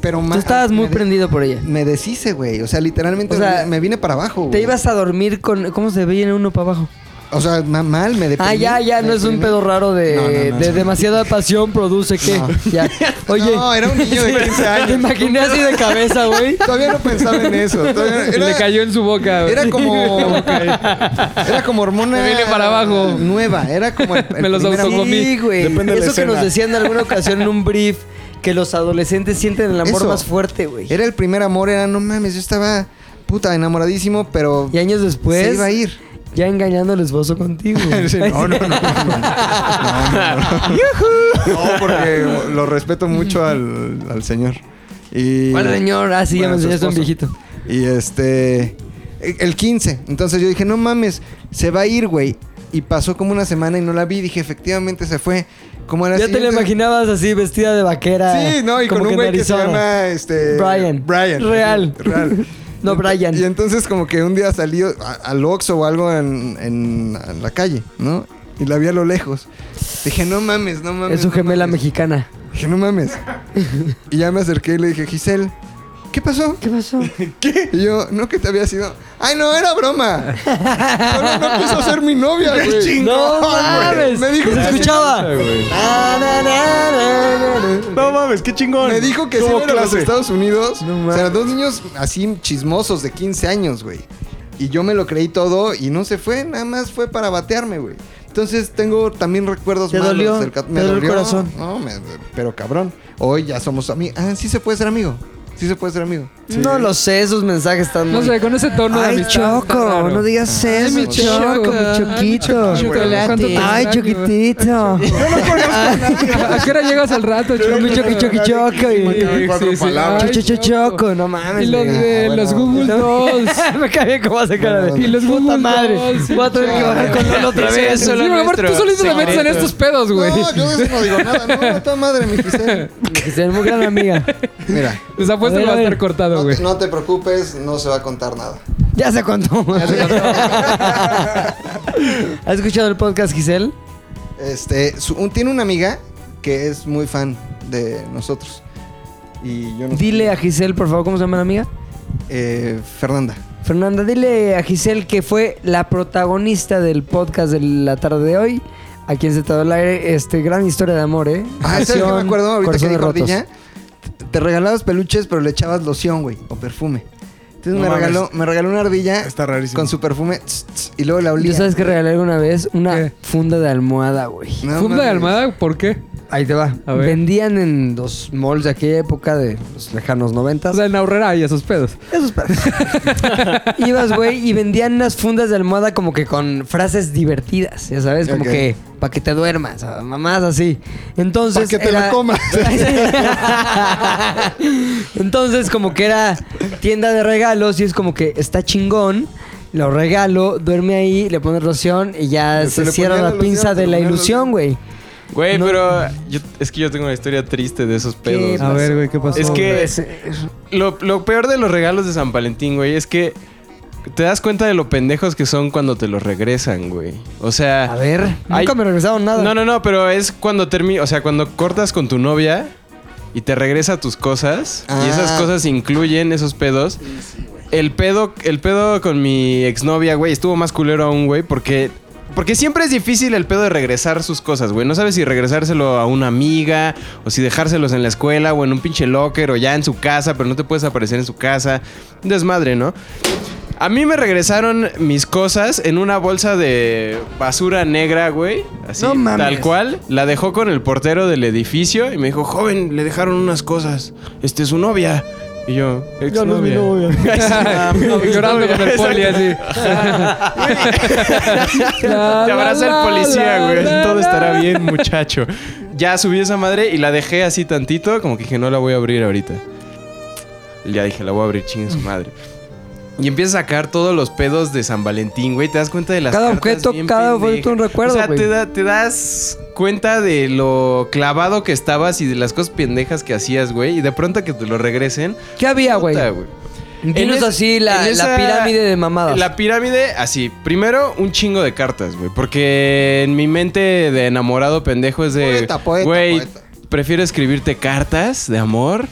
S5: Pero más.
S2: Tú estabas muy prendido por ella.
S5: Me deshice, güey. O sea, literalmente
S2: O sea,
S5: me- me vine para abajo,
S2: Te
S5: güey.
S2: ibas a dormir con. ¿Cómo se veía uno para abajo?
S5: O sea, ma- mal, me deprimí.
S2: Ah, ya, ya,
S5: me
S2: no es un
S5: deprimí.
S2: pedo raro de,
S5: No, no, no,
S2: de
S5: no.
S2: demasiada pasión produce que.
S5: No.
S2: Ya. Oye.
S5: No, era un niño de 15 años.
S2: Te imaginé así de cabeza, güey.
S5: Todavía no pensaba en eso. Todavía-
S4: Le
S5: Era,
S4: cayó en su boca. güey.
S5: era como. Era como hormona.
S4: Me vine para abajo.
S5: Nueva. Era como. el- el
S4: Me los
S5: primer amor.
S4: autocomí.
S2: Sí, güey.
S5: Depende de la
S2: Eso que
S5: escena.
S2: nos decían en alguna ocasión en un brief, que los adolescentes sienten el amor
S5: Eso.
S2: más fuerte, güey.
S5: Era el primer amor, era no mames, yo estaba puta enamoradísimo, pero
S2: Y pues, años después.
S5: se iba a ir.
S2: Ya engañando al esposo contigo.
S5: Sí, no, no, no. No, no, no. No, porque lo respeto mucho al, al señor. Y,
S2: ¿Cuál señor? Ah, sí, ya me
S5: su
S2: enseñaste un
S5: esposo.
S2: viejito.
S5: Y este. El 15. Entonces yo dije, no mames, se va a ir, güey. Y pasó como una semana y no la vi. Dije, efectivamente se fue. Como a la
S2: Ya te la
S5: siguiente-
S2: imaginabas así, vestida de vaquera.
S5: Sí, no, y
S2: como
S5: con un
S2: en
S5: güey que se
S2: Arizona.
S5: llama este,
S2: Brian.
S5: Brian.
S2: Real.
S5: Real.
S2: No,
S5: Ent-
S2: Brian.
S5: Y entonces como que un día salí a- al Oxxo o algo en, en- en la calle, ¿no? Y la vi a lo lejos. Dije, no mames, no mames.
S2: Es su
S5: no
S2: gemela
S5: mames".
S2: mexicana.
S5: Dije, no mames. y ya me acerqué y le dije, Giselle, ¿qué pasó?
S2: ¿Qué pasó?
S5: ¿Qué? Y yo, no que te había sido. ¡Ay, no, era broma! Solo no quiso ser mi novia,
S3: ¡Qué
S5: güey.
S3: chingón,
S2: ¡No mames!
S5: Me dijo
S2: Se
S5: que-
S2: escuchaba. Na, na, na, na, na, na.
S3: No mames, qué chingón.
S5: Me dijo que sí
S3: Como
S5: era a los
S3: clase.
S5: Estados Unidos.
S2: mames.
S5: o sea, dos niños así chismosos de 15 años, güey. Y yo me lo creí todo y no se fue, nada más fue para batearme, güey. Entonces tengo también recuerdos
S2: ¿Te
S5: malos.
S2: dolió?
S5: del ca-
S2: ¿Te dolió el corazón?
S5: No, me- pero cabrón. Hoy ya somos amigos. Ah, sí se puede ser amigo. Sí se puede ser amigo.
S2: No lo sé, esos mensajes están
S4: No
S2: muy...
S4: sé, con ese tono de
S2: Ay,
S4: amistad,
S2: Choco,
S4: está raro.
S2: no digas
S4: Ay,
S2: eso,
S4: mi
S2: Choco,
S4: Choco,
S2: mi
S4: ay, mi
S2: Choquito.
S4: Choco, ¿cuánto te
S2: Ay,
S4: extraño?
S2: Choquitito.
S4: ¿A qué hora llegas al rato, Choco?
S2: Mi Choqui, Choqui, Choco. y-
S4: Sí, sí, sí. Ay,
S2: Cho, cho, cho, Choco, no mames.
S4: Y lo
S2: güey.
S4: de los Google Dolls.
S2: Me cae bien cómo hace cara de...
S4: Y los Google
S2: Puta madre.
S4: Dolls, sí,
S2: Voy a tener que
S4: Choco.
S2: bajar con Lolo otra
S4: Sí,
S2: vez.
S4: sí,
S2: Solo
S4: sí, aparte
S2: nuestro
S4: tú solito te metes en
S2: secreto.
S4: estos pedos, güey.
S5: No, yo de eso no digo nada. No, toda madre, mi Giselle.
S2: Que sea muy gran amiga.
S5: Mira,
S4: Les apuesto
S2: A
S4: que
S2: ver,
S4: va a
S2: a ver.
S4: estar cortado,
S5: no
S4: güey.
S5: te, no te preocupes, no se va a contar nada.
S2: Ya se contó. ¿Has escuchado el podcast, Giselle?
S5: Este, su- un- tiene una amiga que es muy fan de nosotros. Y yo no
S2: Dile a Giselle, por favor, ¿cómo se llama la amiga?
S5: Eh, Fernanda.
S2: Fernanda, dile a Giselle que fue la protagonista del podcast de la tarde de hoy. Aquí en Zetado al Aire, este, gran historia de amor, ¿eh?
S5: Ah, ¿sabes qué me
S2: Pasión,
S5: acuerdo ahorita que
S2: corazones
S5: dijo
S2: rotos.
S5: Ardilla? Te regalabas peluches, pero le echabas loción, güey, o perfume. Entonces me, regaló, me regaló una ardilla con su perfume tss, tss, y luego la olía.
S2: Yo sabes que regalé alguna vez una funda de almohada, güey.
S4: ¿Funda de almohada? ¿Por qué?
S2: Ahí te va.
S4: A ver.
S2: Vendían en los malls de aquella época de los lejanos noventas. O sea,
S4: en ahorrera y esos pedos.
S2: Esos pedos. Ibas, güey, y vendían unas fundas de almohada como que con frases divertidas, ya sabes, como
S5: Ok.
S2: que para que te duermas, o mamás así. Entonces.
S5: Pa' que te la comas.
S2: Entonces, como que era tienda de regalos y es como que está chingón. Lo regalo, duerme ahí, le pones loción y ya
S11: Se
S2: se,
S11: le
S2: cierra
S11: ponía
S2: la
S11: la
S2: pinza
S11: loción, se
S2: de
S11: le
S2: la
S11: ponía la
S2: ilusión, güey.
S11: Güey, pero yo- es que yo tengo una historia triste de esos pedos.
S4: A ver, güey, ¿qué pasó?
S11: Es que
S4: Es-
S11: lo, lo peor de los regalos de San Valentín, güey, es que te das cuenta de lo pendejos que son cuando te los regresan, güey. O sea... A
S2: ver, Nunca me regresaron nada.
S11: No, no, no, pero es cuando termina... O sea, cuando cortas con tu novia y te regresa tus cosas. Y esas
S5: Ah.
S11: cosas incluyen esos pedos. el pedo, el pedo con mi exnovia, güey, estuvo más culero aún, güey, porque... Porque siempre es difícil el pedo de regresar sus cosas, güey. No sabes si regresárselo a una amiga, o si dejárselos en la escuela, o en un pinche locker, o ya en su casa, pero no te puedes aparecer en su casa. Un desmadre, ¿no? A mí me regresaron mis cosas en una bolsa de basura negra, güey. Así,
S5: No mames.
S11: tal cual. La dejó con el portero del edificio y me dijo, joven, le dejaron unas cosas. Este es su novia. Y yo,
S4: Ya no es mi
S11: exnovia". Ay, sí, exnovia.
S4: Llorando con el poli así.
S11: Te abraza el policía, güey. Todo estará bien, muchacho. Ya subí esa madre y la dejé así tantito, como que dije, no la voy a abrir ahorita. Y Ya dije, la voy a abrir, chingue su madre. Y empieza a sacar todos los pedos de San Valentín, güey. Te das cuenta de las
S2: Cada
S11: cartas
S2: objeto,
S11: bien
S2: cada objeto un
S11: pendejas.
S2: recuerdo,
S11: O sea,
S2: güey.
S11: te, da- te das cuenta de lo clavado que estabas y de las cosas pendejas que hacías, güey. Y de pronto que te lo regresen.
S2: ¿Qué había, güey?
S11: puta, güey.
S2: Dinos
S11: En es-
S2: así la,
S11: en
S2: la
S11: esa-
S2: pirámide de mamadas.
S11: La pirámide, así. Primero, un chingo de cartas, güey. Porque en mi mente de enamorado pendejo es de.
S5: Poeta, poeta,
S11: Güey,
S5: poeta.
S11: prefiero escribirte cartas de amor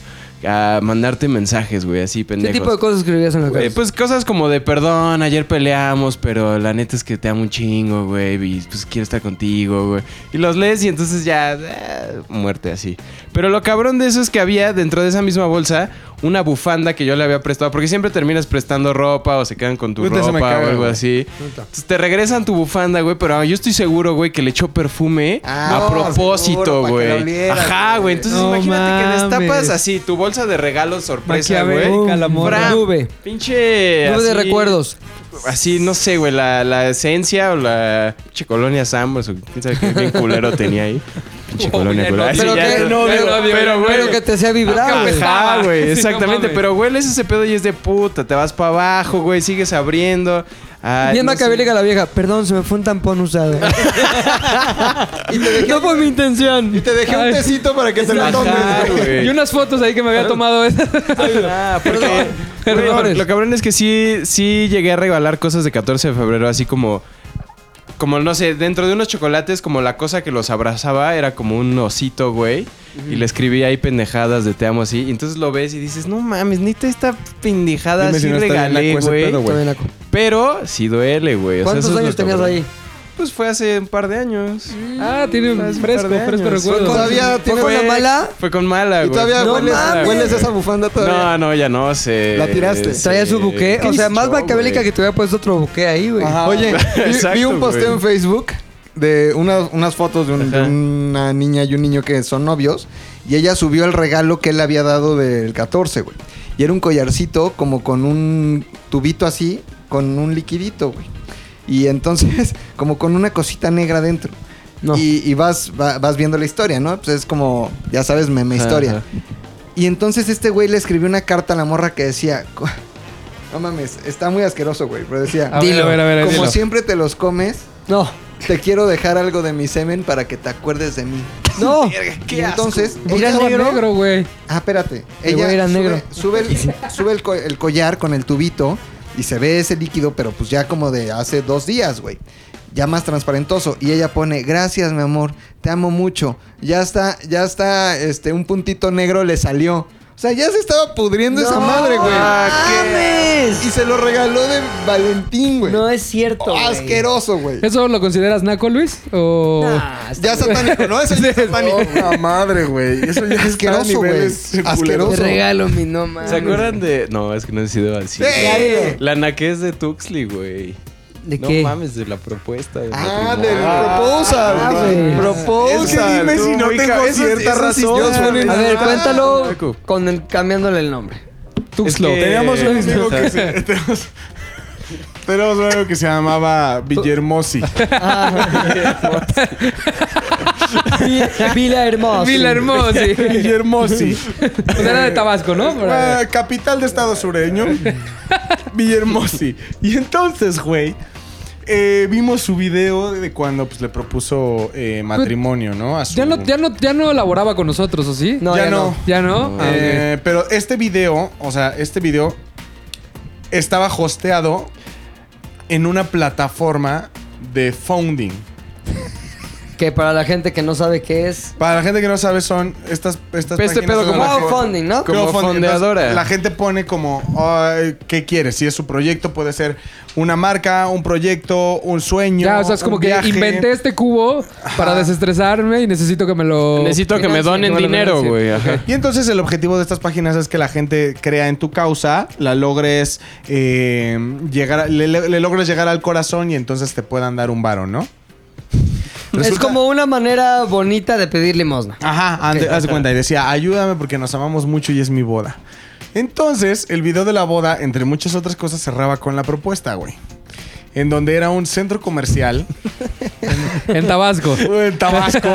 S11: a mandarte mensajes, güey, así
S2: ¿Qué
S11: pendejos.
S2: tipo de cosas escribías en la
S11: Güey,
S2: carta?
S11: pues cosas como de perdón, ayer peleamos, pero la neta es que te amo un chingo, güey, y pues quiero estar contigo, güey. Y los lees y entonces ya, eh, muerte así. Pero lo cabrón de eso es que había dentro de esa misma bolsa una bufanda que yo le había prestado, porque siempre terminas prestando ropa o se quedan con tu
S3: Puta, eso
S11: ropa
S3: me caga,
S11: o algo
S3: güey.
S11: así. Entonces te regresan tu bufanda, güey, pero ah, yo estoy seguro, güey, que le echó perfume
S5: Ah,
S11: a
S5: no, seguro,
S11: propósito,
S5: para que la
S11: güey.
S5: olieras,
S11: Ajá, güey, entonces
S5: No
S11: imagínate que
S5: mames.
S11: destapas así tu bolsa de regalos sorpresa, güey.
S4: Maquiavélica la morra.
S11: Fra-
S4: Nube.
S11: Pinche.
S4: Nube de
S11: así-
S4: recuerdos.
S11: Así, no sé, güey, la, la esencia o la pinche colonia Sambos o quién sabe qué bien culero tenía ahí. Pinche colonia culera. Ay, sí,
S2: pero,
S11: ya,
S2: que,
S11: no,
S2: pero,
S11: güey,
S2: pero,
S11: güey.
S2: pero que te sea vibrar, güey.
S11: Ajá, güey,
S2: Sí, no
S11: exactamente.
S2: mames.
S11: pero hueles ese pedo y es de puta. Te vas para abajo, güey, sigues abriendo. Ay,
S2: Bien
S11: no
S2: macabélica la vieja. Perdón, se me fue un tampón usado. no fue mi intención. Y
S5: te dejé un
S4: Ay.
S5: tecito para que te lo
S11: Ajá,
S5: tomes.
S11: güey.
S4: Y unas fotos ahí que me había tomado.
S11: Ah, porque- Güey, lo, lo cabrón es que sí, sí llegué a regalar cosas de 14 de febrero, así como. Como no sé, dentro de unos chocolates, como la cosa que los abrazaba era como un osito, güey. Y le escribí ahí pendejadas de te amo así. Y entonces lo ves y dices, no mames, neta esta pendejada
S3: Dime
S11: así
S3: si no está bien
S11: regalé,
S3: naco ese
S11: güey.
S3: pedo, güey. Está bien
S11: Pero sí duele, güey. O sea,
S2: ¿Cuántos
S11: eso es lo
S2: años tenías
S11: cabrón.
S2: ahí?
S11: Pues fue hace un par de años.
S4: Ah, tiene un fresco, fresco recuerdo.
S5: Todavía tiene
S11: fue-
S5: una mala.
S11: Fue con mala,
S5: ¿Y
S11: güey.
S5: todavía
S11: Fue con
S5: hueles-
S11: mala, güey.
S5: hueles esa bufanda todavía?
S11: No, no, ya no sé. Eh,
S5: La tiraste.
S2: Traía su buqué. O sea, más macabélica que
S11: tú.
S2: te hubiera puesto otro buqué ahí, güey.
S5: Oye,
S11: Ah,
S5: vi- vi un posteo en Facebook de una- unas fotos de, un- de una niña y un niño que son novios. Y ella subió el regalo que él le había dado del 14, güey. Y era un collarcito como con un tubito así, con un liquidito, güey. Y entonces, como con una cosita negra dentro. Y, y vas, va- vas viendo la historia, ¿no? Pues es como, ya sabes, meme
S11: Ajá,
S5: historia.
S11: ajá.
S5: Y entonces este güey le escribió una carta a la morra que decía... "Cu- No mames, está muy asqueroso, güey. Pero decía...
S4: A ver, Dilo. a ver, a ver,
S5: Como
S4: dilo.
S5: siempre te los comes...
S2: No.
S5: Te quiero dejar algo de mi semen para que te acuerdes de mí.
S2: No.
S5: y entonces...
S4: Era negro, negro, güey.
S5: Ah, espérate.
S4: El
S5: Ella
S4: güey era
S5: sube,
S4: negro.
S5: sube el, sube el co- el collar con el tubito y se ve ese líquido, pero pues ya como de hace dos días, güey. Ya más transparentoso. Y ella pone, gracias, mi amor, te amo mucho. Ya está, ya está, este, un puntito negro le salió. O sea, ya se estaba pudriendo esa madre, güey. Ah, Y se lo regaló de Valentín, güey. No
S2: es
S11: Oh,
S2: cierto.
S5: asqueroso, güey.
S4: ¿Eso lo consideras naco, Luis? ¿O...
S5: Ya satánico, ¿no? Eso ya es satánico.
S3: La madre, güey. Eso ya está a
S5: Asqueroso, güey.
S3: niveles culeros.
S5: Asqueroso.
S2: Te regalo mi no mames.
S11: ¿Se acuerdan de.? No, es que no he sido
S2: Sí.
S11: así. La naquez de Tuxley, güey.
S2: ¿De
S11: no
S2: qué?
S11: mames, de la propuesta. De
S5: Ah, del proposal, güey. Proposal.
S3: Es que dime si no
S5: Ubica-
S3: tengo
S5: eso-
S3: cierta
S5: eso sí
S3: razón.
S5: yo suena
S2: A ver,
S5: Ah,
S2: cuéntalo con el, cambiándole el nombre.
S3: Tuxlo. Teníamos un amigo que se... Tenemos, tenemos un amigo que se llamaba Villahermosi.
S2: Vila Hermosa.
S4: Villahermosi.
S3: Villahermosi.
S4: Pues era de Tabasco, ¿no? Por ahí.
S3: Ah, capital de estado sureño. Villahermosi. Y entonces, güey, eh, vimos su video de cuando pues, le propuso eh, matrimonio, ¿no? A su-
S4: Pues, Ya no, ya, no, ya no elaboraba con nosotros, ¿o sí?
S3: No, Ya ya no. no.
S4: ¿Ya no? Ah, ok.
S3: Eh, Pero este video, o sea, este video estaba hosteado en una plataforma de founding.
S2: Que para la gente que no sabe qué es.
S3: Para la gente que no sabe, son estas, estas
S2: Este
S3: páginas
S2: pedo
S3: donde
S2: como-
S3: la gente-
S2: Crowdfunding, ¿no?
S11: Como fondeadora.
S3: la gente pone como, ay, ¿qué quiere? Si es su proyecto, puede ser una marca, un proyecto, un sueño.
S4: Ya, o sea, es
S3: un
S4: como que
S3: viaje.
S4: inventé este cubo para desestresarme y necesito que me lo.
S11: Necesito que me donen
S4: lo
S11: dinero,
S4: financien.
S11: güey.
S4: Ok.
S11: Ajá.
S3: Y entonces el objetivo de estas páginas es que la gente crea en tu causa, la logres eh, llegar, a- le, le- le logres llegar al corazón y entonces te puedan dar un varo, ¿no?
S2: Es como una manera bonita de pedir limosna.
S3: Ajá, Ande- haz de cuenta, y decía, ayúdame porque nos amamos mucho y es mi boda. Entonces, el video de la boda, entre muchas otras cosas, cerraba con la propuesta, güey. En donde era un centro comercial.
S4: En Tabasco.
S3: en Tabasco.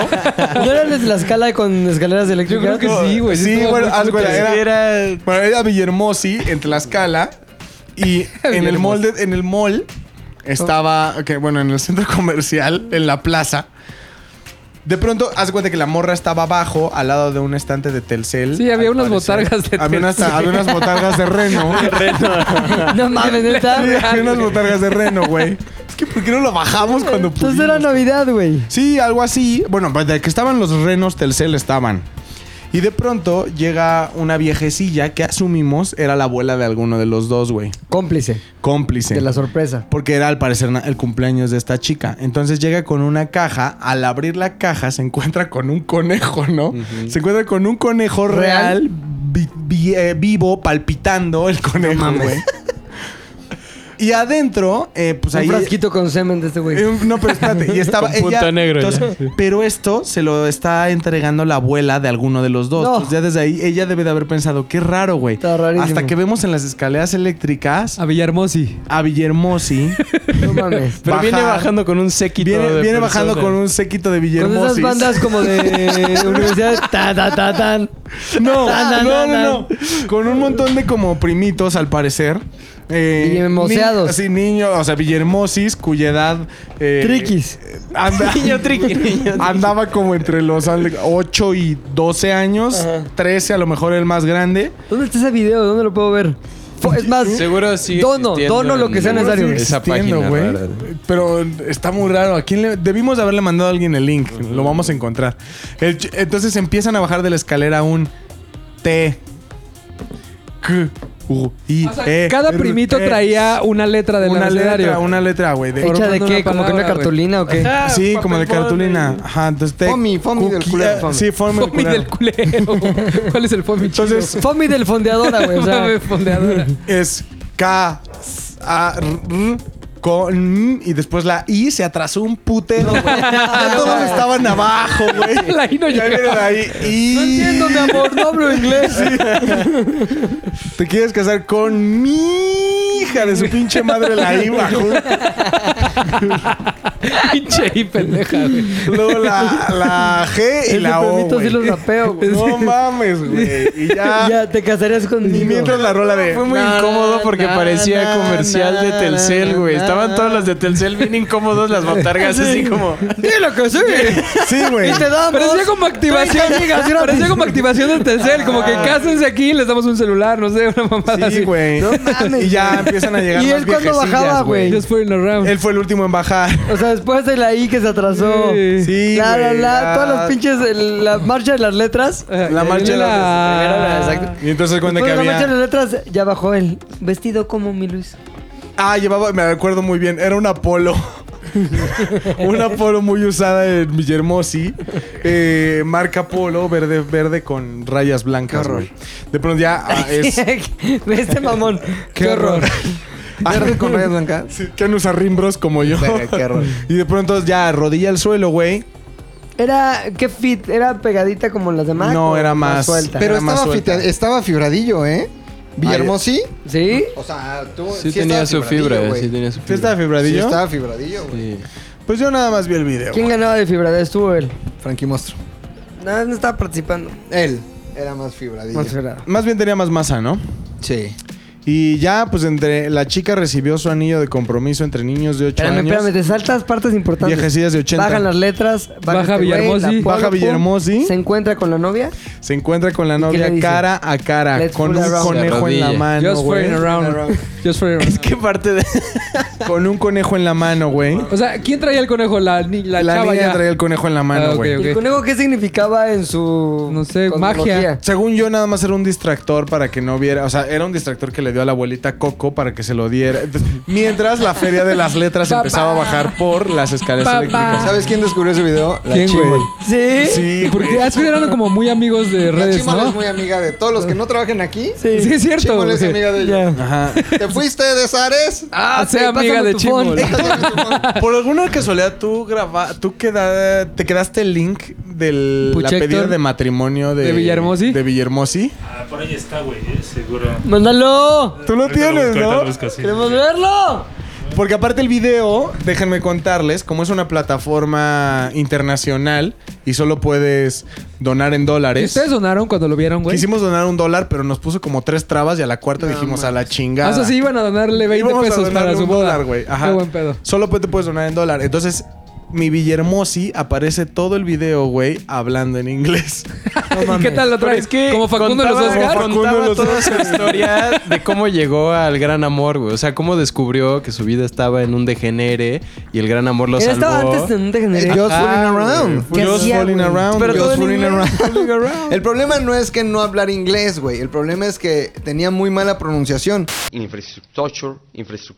S2: ¿No era desde la escala con escaleras eléctricas?
S4: Yo creo que sí, güey.
S3: Sí,
S4: estaba
S3: bueno,
S4: muy
S3: haz de
S4: puto.
S3: cuenta, era, bueno, era Villahermosi, en Tlaxcala. Y en el mall, de- en el mall estaba, ok, bueno, en el centro comercial, en la plaza. De pronto, haz de cuenta que la morra estaba abajo, al lado de un estante de Telcel.
S4: Sí, había
S3: al
S4: unas
S3: parecer.
S4: botargas de
S3: había unas,
S4: Telcel.
S3: había unas botargas de reno.
S2: No mames, neta.
S3: Sí, había unas botargas de reno, güey. Es que ¿por qué no lo bajamos cuando pudimos?
S2: Entonces era Navidad, güey.
S3: Sí, algo así. Bueno, pues, de que estaban los renos, Telcel estaban. Y de pronto llega una viejecilla que asumimos era la abuela de alguno de los dos, güey.
S2: Cómplice.
S3: Cómplice.
S2: De la sorpresa.
S3: Porque era al parecer na- el cumpleaños de esta chica. Entonces llega con una caja. Al abrir la caja se encuentra con un conejo, ¿no? Se encuentra con un conejo real, vi- vi- eh, vivo, palpitando el conejo, güey. y adentro, eh, pues
S2: un
S3: ahí.
S2: frasquito con semen de este güey.
S3: Eh, un- No, pero espérate. Y estaba
S11: Con punta
S3: ella-
S11: negro,
S3: entonces, pero esto se lo está entregando la abuela de alguno de los dos.
S2: No.
S3: Entonces, ya desde ahí ella debe de haber pensado, qué raro, güey.
S2: Está rarísimo.
S3: Hasta que vemos en las escaleras eléctricas
S4: A Villahermosi.
S3: a Villahermosi.
S2: No mames.
S11: Pero viene
S3: bajar-
S11: bajando con un séquito.
S3: Viene,
S11: de
S3: viene bajando
S11: personas.
S3: con un séquito de
S2: Con
S3: Villahermosis.
S2: esas bandas como de universidad. Ta, ta, ta, tan.
S3: No,
S2: Tan, tan,
S3: no,
S2: tan,
S3: no, no. Con un montón de como primitos, al parecer. Eh,
S2: Villahermoseados.
S3: ni- Sí, niño, o sea, Villahermosis, cuya edad. eh,
S2: Triquis.
S3: anda- andaba como entre los al- 8 y 12 años. 13, a lo mejor el más grande.
S2: ¿Dónde está ese video? ¿Dónde lo puedo ver? Fo- Es más,
S11: Seguro sí.
S2: dono, dono lo que sea necesario.
S11: Esa
S3: Entiendo,
S11: página,
S3: güey.
S11: güey.
S3: Pero está muy raro. ¿A quién le- Debimos de haberle mandado a alguien el link. Lo vamos a encontrar. El ch- Entonces empiezan a bajar de la escalera un T. Q. U, I,
S4: O sea,
S3: E,
S4: cada
S3: R,
S4: primito
S3: T.
S4: traía una letra del
S3: una
S4: abecedario.
S3: letra, una letra, güey. de-
S2: ¿Hecha de
S4: formando
S2: qué? ¿Como
S4: una
S2: que una
S4: palabra, güey.
S2: cartulina o qué?
S3: sí, como de cartulina. Ajá, entonces te-
S5: Fomi, fomi del
S3: cookie-
S5: culero,
S3: eh,
S5: fomi.
S3: Sí, fomi,
S4: Fomi
S3: del
S4: del
S3: culero.
S4: culero. ¿Cuál es el fomi chido?
S3: Entonces
S2: Fomi del fondeadora, güey. O sea,
S4: Mame fondeadora.
S3: es K, S, A, R, R, con M, y después la I se atrasó un putero, güey. Ya todos estaban abajo, güey.
S4: La I no
S3: Ya
S4: llegaba.
S3: vieron ahí. I.
S2: no entiendo, mi amor, no hablo inglés.
S3: ¿Te quieres casar con mi hija de su pinche madre la I bajó?
S4: Pinche y pendeja, güey.
S3: Luego la, la G y
S2: Ese
S3: la O.
S2: permito sí
S3: güey.
S2: lo rapeo, güey.
S3: No mames, güey. Y ya.
S2: Ya, te casarías
S3: Y
S2: conmigo.
S3: mientras la rola de.
S11: Fue muy
S3: Na,
S11: incómodo porque
S3: na,
S11: parecía
S3: na,
S11: comercial
S3: na,
S11: de Telcel,
S3: na,
S11: güey.
S3: na,
S11: Estaban
S3: na.
S11: todas las de Telcel bien incómodos, las botargas así como.
S2: Dilo que sí.
S3: Sí, güey.
S2: Y te damos.
S4: Parecía como activación.
S2: 30 gigas gratis.
S4: Parecía como activación del Telcel. Como que cásense aquí, les damos un celular, no sé, una mamada
S3: Sí,
S4: así.
S3: güey.
S2: No mames,
S3: Y ya
S2: güey.
S3: empiezan a llegar
S2: Y
S3: más
S2: él cuando
S3: viejecillas,
S2: bajaba, güey.
S4: Just for in around. Eh,
S3: Él fue el último en bajar.
S2: O sea, después de la I que se atrasó.
S4: Sí. Sí,
S2: la, la,
S4: güey,
S2: la,
S4: la-
S2: todas las pinches, el- la marcha de las letras.
S3: La marcha de las letras.
S2: Exacto.
S3: Y entonces cuenta
S2: Después
S3: que
S2: de la marcha
S3: había.
S2: de las letras ya bajó el vestido como mi Luis.
S3: Ah, llevaba, me acuerdo muy bien, era una polo. una polo muy usada en Villahermosi. Eh, marca polo, verde, verde con rayas blancas. güey. De pronto ya ah, es.
S2: este mamón.
S3: Qué horror.
S5: Verde con rayas blancas.
S3: Sí, que no usa rimbros como yo.
S5: Verga, qué horror.
S3: y de pronto ya rodilla al suelo, güey.
S2: Era, ¿qué fit? ¿Era pegadita como las demás?
S3: No,
S2: ¿O
S3: era más-
S2: suelta.
S5: Pero
S3: Pero Era más
S5: estaba,
S3: suelta.
S5: fita- estaba fibradillo, ¿eh? Villahermosí.
S2: ¿Sí?
S5: O sea, tú.
S11: Sí tenía
S5: estaba
S11: su
S5: fibradillo,
S11: fibra,
S5: güey.
S11: sí tenía su
S3: ¿Sí estaba fibradillo?
S5: Sí estaba fibradillo, güey.
S11: Sí.
S3: Pues yo nada más vi el video.
S2: ¿Quién ganaba de fibra? ¿De estuvo él? Eh,
S5: Frankie Monstruo.
S2: No, no estaba participando.
S5: Él era más fibradillo.
S2: Más fibra.
S3: Más bien tenía más masa, ¿no?
S5: Sí.
S3: Y ya, pues entre la chica recibió su anillo de compromiso entre niños de 8
S2: Espérame,
S3: años.
S2: espérame, te saltas partes importantes.
S3: Viejecillas de 80.
S2: Bajan las letras, baja,
S3: Baja
S2: este güey,
S3: Villahermosi.
S2: la polo,
S3: Baja
S2: pum,
S3: Villahermosi.
S2: Se encuentra con la novia.
S3: Se encuentra con la
S2: qué le
S3: novia
S2: dice?
S3: cara a cara,
S2: Let's
S3: con
S2: fool
S3: un
S2: around.
S3: conejo en la
S11: Rodilla.
S3: mano.
S4: Just
S3: güey.
S4: fooling around. Ah, Just fooling around.
S11: ¿Qué parte de.?
S3: Con un conejo en la mano, güey.
S4: O sea, ¿quién traía el conejo? La, ni- la,
S3: La
S4: chava
S3: niña
S4: ya.
S3: traía el conejo en la
S4: Ah,
S3: mano,
S4: ok,
S3: güey.
S4: ok.
S2: ¿El conejo qué significaba en su. No sé,
S3: Según yo, nada más era un distractor para que no viera. O sea, era un distractor que le dio a la abuelita Coco para que se lo diera. Entonces, mientras la feria de las letras empezaba a bajar por las escaleras
S4: Papá.
S3: eléctricas.
S5: ¿Sabes quién descubrió ese video? La
S4: ¿Quién,
S5: Chimo.
S4: güey?
S2: ¿Sí?
S3: Sí,
S4: Porque así eran como muy amigos de
S5: La
S4: redes,
S5: Chimo es
S4: ¿no?
S5: muy amiga de todos los que no trabajan aquí.
S4: Sí, es cierto.
S5: Chimol es
S4: güey.
S5: amiga de ella.
S3: Ajá.
S5: ¿Te fuiste de Zares?
S4: Ah, sea amiga de Chimol.
S3: Por alguna casualidad, tú graba, tú queda- te quedaste el link de la
S4: Puchector.
S3: pedida de matrimonio de,
S4: ¿De Villahermosi?
S3: De Villahermosi.
S12: Ah, por ahí está, güey, eh, seguro.
S2: ¡Mándalo!
S3: Tú lo
S12: Ahorita lo
S3: tienes,
S12: busco, ahorita
S3: ¿no?
S12: lo busco, sí.
S2: ¡Queremos verlo!
S3: Porque aparte el video, déjenme contarles, como es una plataforma internacional y solo puedes donar en
S4: ¿Y
S3: dólares.
S4: ¿Ustedes donaron cuando lo vieron, güey?
S3: Quisimos donar un dólar, pero nos puso como tres trabas y a la cuarta dijimos a la chingada.
S4: Ah, O sea, sí iban a donarle 20
S3: Íbamos a
S4: pesos
S3: donarle
S4: para su
S3: un
S4: boda.
S3: dólar, güey. Ajá.
S4: Qué buen pedo.
S3: Solo pues, te puedes donar en dólar. Entonces, mi Villahermosi aparece todo el video, güey, hablando en inglés.
S4: ¿Y qué tal lo traes? Como Facundo en los
S11: contaba-
S4: Oscar.
S3: Facundo en
S11: contaba
S3: los
S11: toda su
S3: Oscar.
S11: historia de cómo llegó al gran amor, güey. O sea, cómo descubrió que su vida estaba en un degenere y el gran amor lo
S2: Él
S11: salvó.
S2: estaba antes en un
S5: El
S2: degenerado.
S3: Ah,
S5: Just Fooling Around.
S2: ¿Qué
S3: Just
S2: hacía,
S3: fooling
S2: güey?
S3: around.
S11: Pero
S3: güey.
S11: todo
S3: Just
S11: en
S3: fooling
S11: inglés.
S3: around.
S5: El problema no es que no hablar inglés, güey. El problema es que tenía muy mala pronunciación.
S15: infrastructure, infrastru-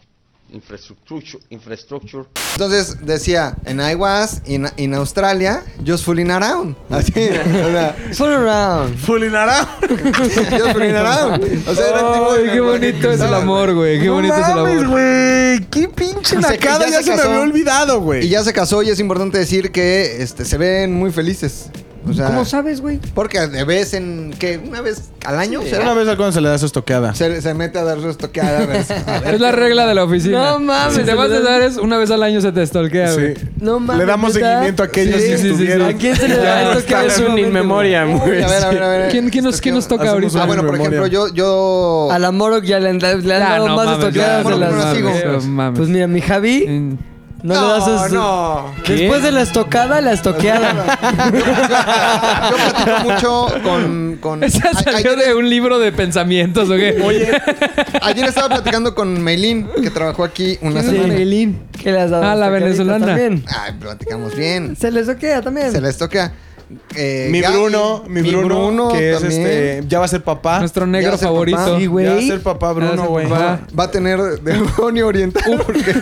S15: infrastructure, infrastructure.
S5: Entonces decía, en I was, in, in Australia, just fooling around. Así, o sea,
S2: Full around.
S3: Fooling around.
S5: just fooling around. O sea, era el tipo de
S4: Ay, qué
S5: lenguaje que
S4: bonito es el
S5: usaba,
S4: amor, güey. Qué
S3: No
S4: bonito es el
S3: mames,
S4: amor.
S3: güey. Qué pinche
S5: O sea, que
S3: nacada.
S5: ya
S3: Ya
S5: se
S3: se me
S5: casó.
S3: había olvidado,
S5: güey.
S3: güey.
S5: Y ya se casó y es importante decir que este, se ven muy felices. O sea,
S2: ¿Cómo sabes, güey?
S5: Porque de vez en que una vez al año ¿será?
S3: Una vez al cuando se le da su estoqueada.
S5: se, se mete a dar su estoqueada. a ver, a ver.
S4: Es la regla de la oficina.
S2: No mames,
S4: Si te
S2: se
S4: vas
S2: le
S4: a
S2: da-
S4: dar es una vez al año se te stalkea,
S3: Sí.
S4: güey.
S2: No mames.
S3: Le damos
S2: ¿neta?
S3: seguimiento a aquellos
S4: Sí,
S3: que
S4: sí, sí, sí.
S3: estuvieron.
S2: ¿A quién se le da
S3: Ya
S2: esto
S3: está,
S2: que es
S3: en
S2: un
S3: momento,
S11: Memoria, güey.
S5: A ver, a ver, a ver.
S4: ¿Quién, quién nos, quién nos toca
S3: Hacemos
S4: ahorita?
S5: Ah,
S3: un-
S5: bueno, por ejemplo, yo, yo
S2: A la Morok ya le han, le han dado
S4: no
S2: más
S4: mames,
S2: estoqueadas
S5: ya,
S2: de
S5: Morok
S2: las
S5: no la sigo.
S2: güey.
S4: No mames.
S2: Pues mira, mi Javi,
S4: Mm.
S2: no, le das a su-
S5: no.
S2: Después de la estocada, la estoqueada.
S5: Yo platico mucho con. con
S4: Esa
S5: a-
S4: salió
S5: ayer,
S4: de un libro de pensamientos, ¿o qué? Oye,
S5: ayer estaba platicando con Meilín, que trabajó aquí una
S4: es
S5: semana.
S4: Maylin?
S2: ¿Qué le has dado?
S4: Ah, la
S2: estoqueaditas
S4: venezolana.
S2: También.
S5: Ay, platicamos bien.
S2: Se le estoquea también.
S5: Se les toca. eh,
S3: Mi
S5: Gaby,
S3: Bruno, mi Bruno, que es
S5: también.
S3: este, ya va a ser papá.
S4: Nuestro
S5: Ya
S4: negro
S5: se
S4: favorito.
S5: papá.
S2: Sí,
S3: Ya va a
S2: güey.
S3: ser papá
S4: Ya
S3: Bruno,
S4: se
S3: güey.
S4: papá.
S5: Va a tener demonio oriental. porque-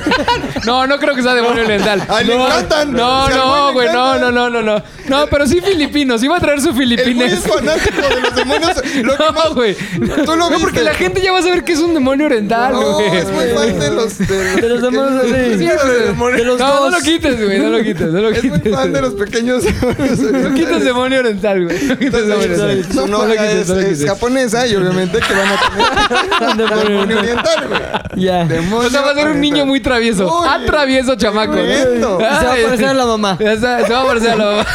S4: No, no creo que sea demonio oriental.
S5: Ay, le
S4: no,
S5: encantan.
S4: No,
S5: Si al güey
S4: no,
S5: le
S4: güey, no,
S5: encantan.
S4: no, no, no, no. No, pero sí filipinos. Iba a traer su
S5: El güey es
S4: filipinés.
S5: fanático de los demonios. Lo que más-
S4: No, güey.
S5: Tú lo
S4: No,
S5: viste.
S4: porque la gente ya va a saber que es un demonio oriental,
S5: No,
S4: güey.
S5: es muy fan de los.
S2: De los demonios, sí.
S5: pequeños demonios.
S2: De los
S4: No, no
S2: dos.
S4: lo quites, güey. No lo quites, no lo
S5: Es
S4: quites.
S5: muy fan de los pequeños demonios.
S4: No quites demonio oriental, güey. No quites demonio oriental.
S5: Su
S4: No lo
S5: novia
S4: quites,
S5: es,
S4: no lo
S5: es
S4: quites.
S5: japonesa y obviamente que van a tener demonio oriental, güey.
S2: Ya.
S5: Demonio
S4: O sea, va a ser un
S5: oriental.
S4: niño muy travieso.
S5: Uy,
S4: ah, travieso, chamaco. ¿no?
S5: bonito.
S2: Y Se va a
S4: Ay,
S2: parecer a la mamá.
S4: ya está, Se va a parecer a la mamá.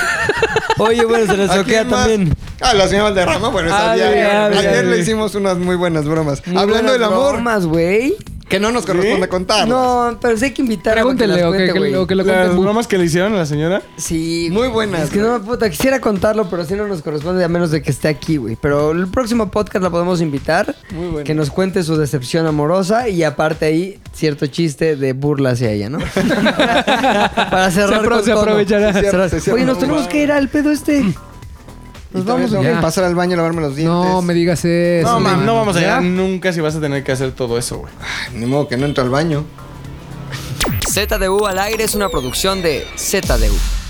S2: Oye, bueno, se le
S5: ¿A quién
S2: estoquea
S5: más?
S2: también.
S5: Ah, la señora Valderrama, bueno, esa
S4: Ah,
S5: día-
S4: ya, ya,
S5: ayer
S4: ya.
S5: le hicimos unas muy buenas bromas.
S2: Muy
S5: Hablando
S2: buenas
S5: del amor,
S2: bromas, güey.
S5: Que no nos corresponde contar.
S2: No, pero sí hay que invitar a
S5: Pregúntele, o que- que- o que lo cuente
S3: ¿Las
S5: Buch.
S3: bromas que le hicieron a la señora?
S2: Sí. Muy buenas. Es que no, puta, quisiera contarlo, pero si no nos corresponde a menos de que esté aquí, güey. Pero el próximo podcast la podemos invitar.
S5: Muy bueno.
S2: Que nos cuente su decepción amorosa y aparte ahí cierto chiste de burla hacia ella, ¿no? Para cerrar
S5: apro-
S2: con
S5: se
S2: todo. Cerrar.
S5: aprovechará. Se cierra- se cierra
S2: Oye, nos
S5: un
S2: tenemos
S5: bar.
S2: que ir al pedo este. Nos
S5: Vamos a
S2: Ya.
S5: pasar al baño, lavarme los dientes.
S4: No me digas eso.
S3: No, mam, no vamos
S5: ¿Ya?
S3: a llegar nunca si vas a tener que hacer todo eso, güey.
S5: Ni modo que no entro al baño.
S2: ZDU al aire es una producción de ZDU.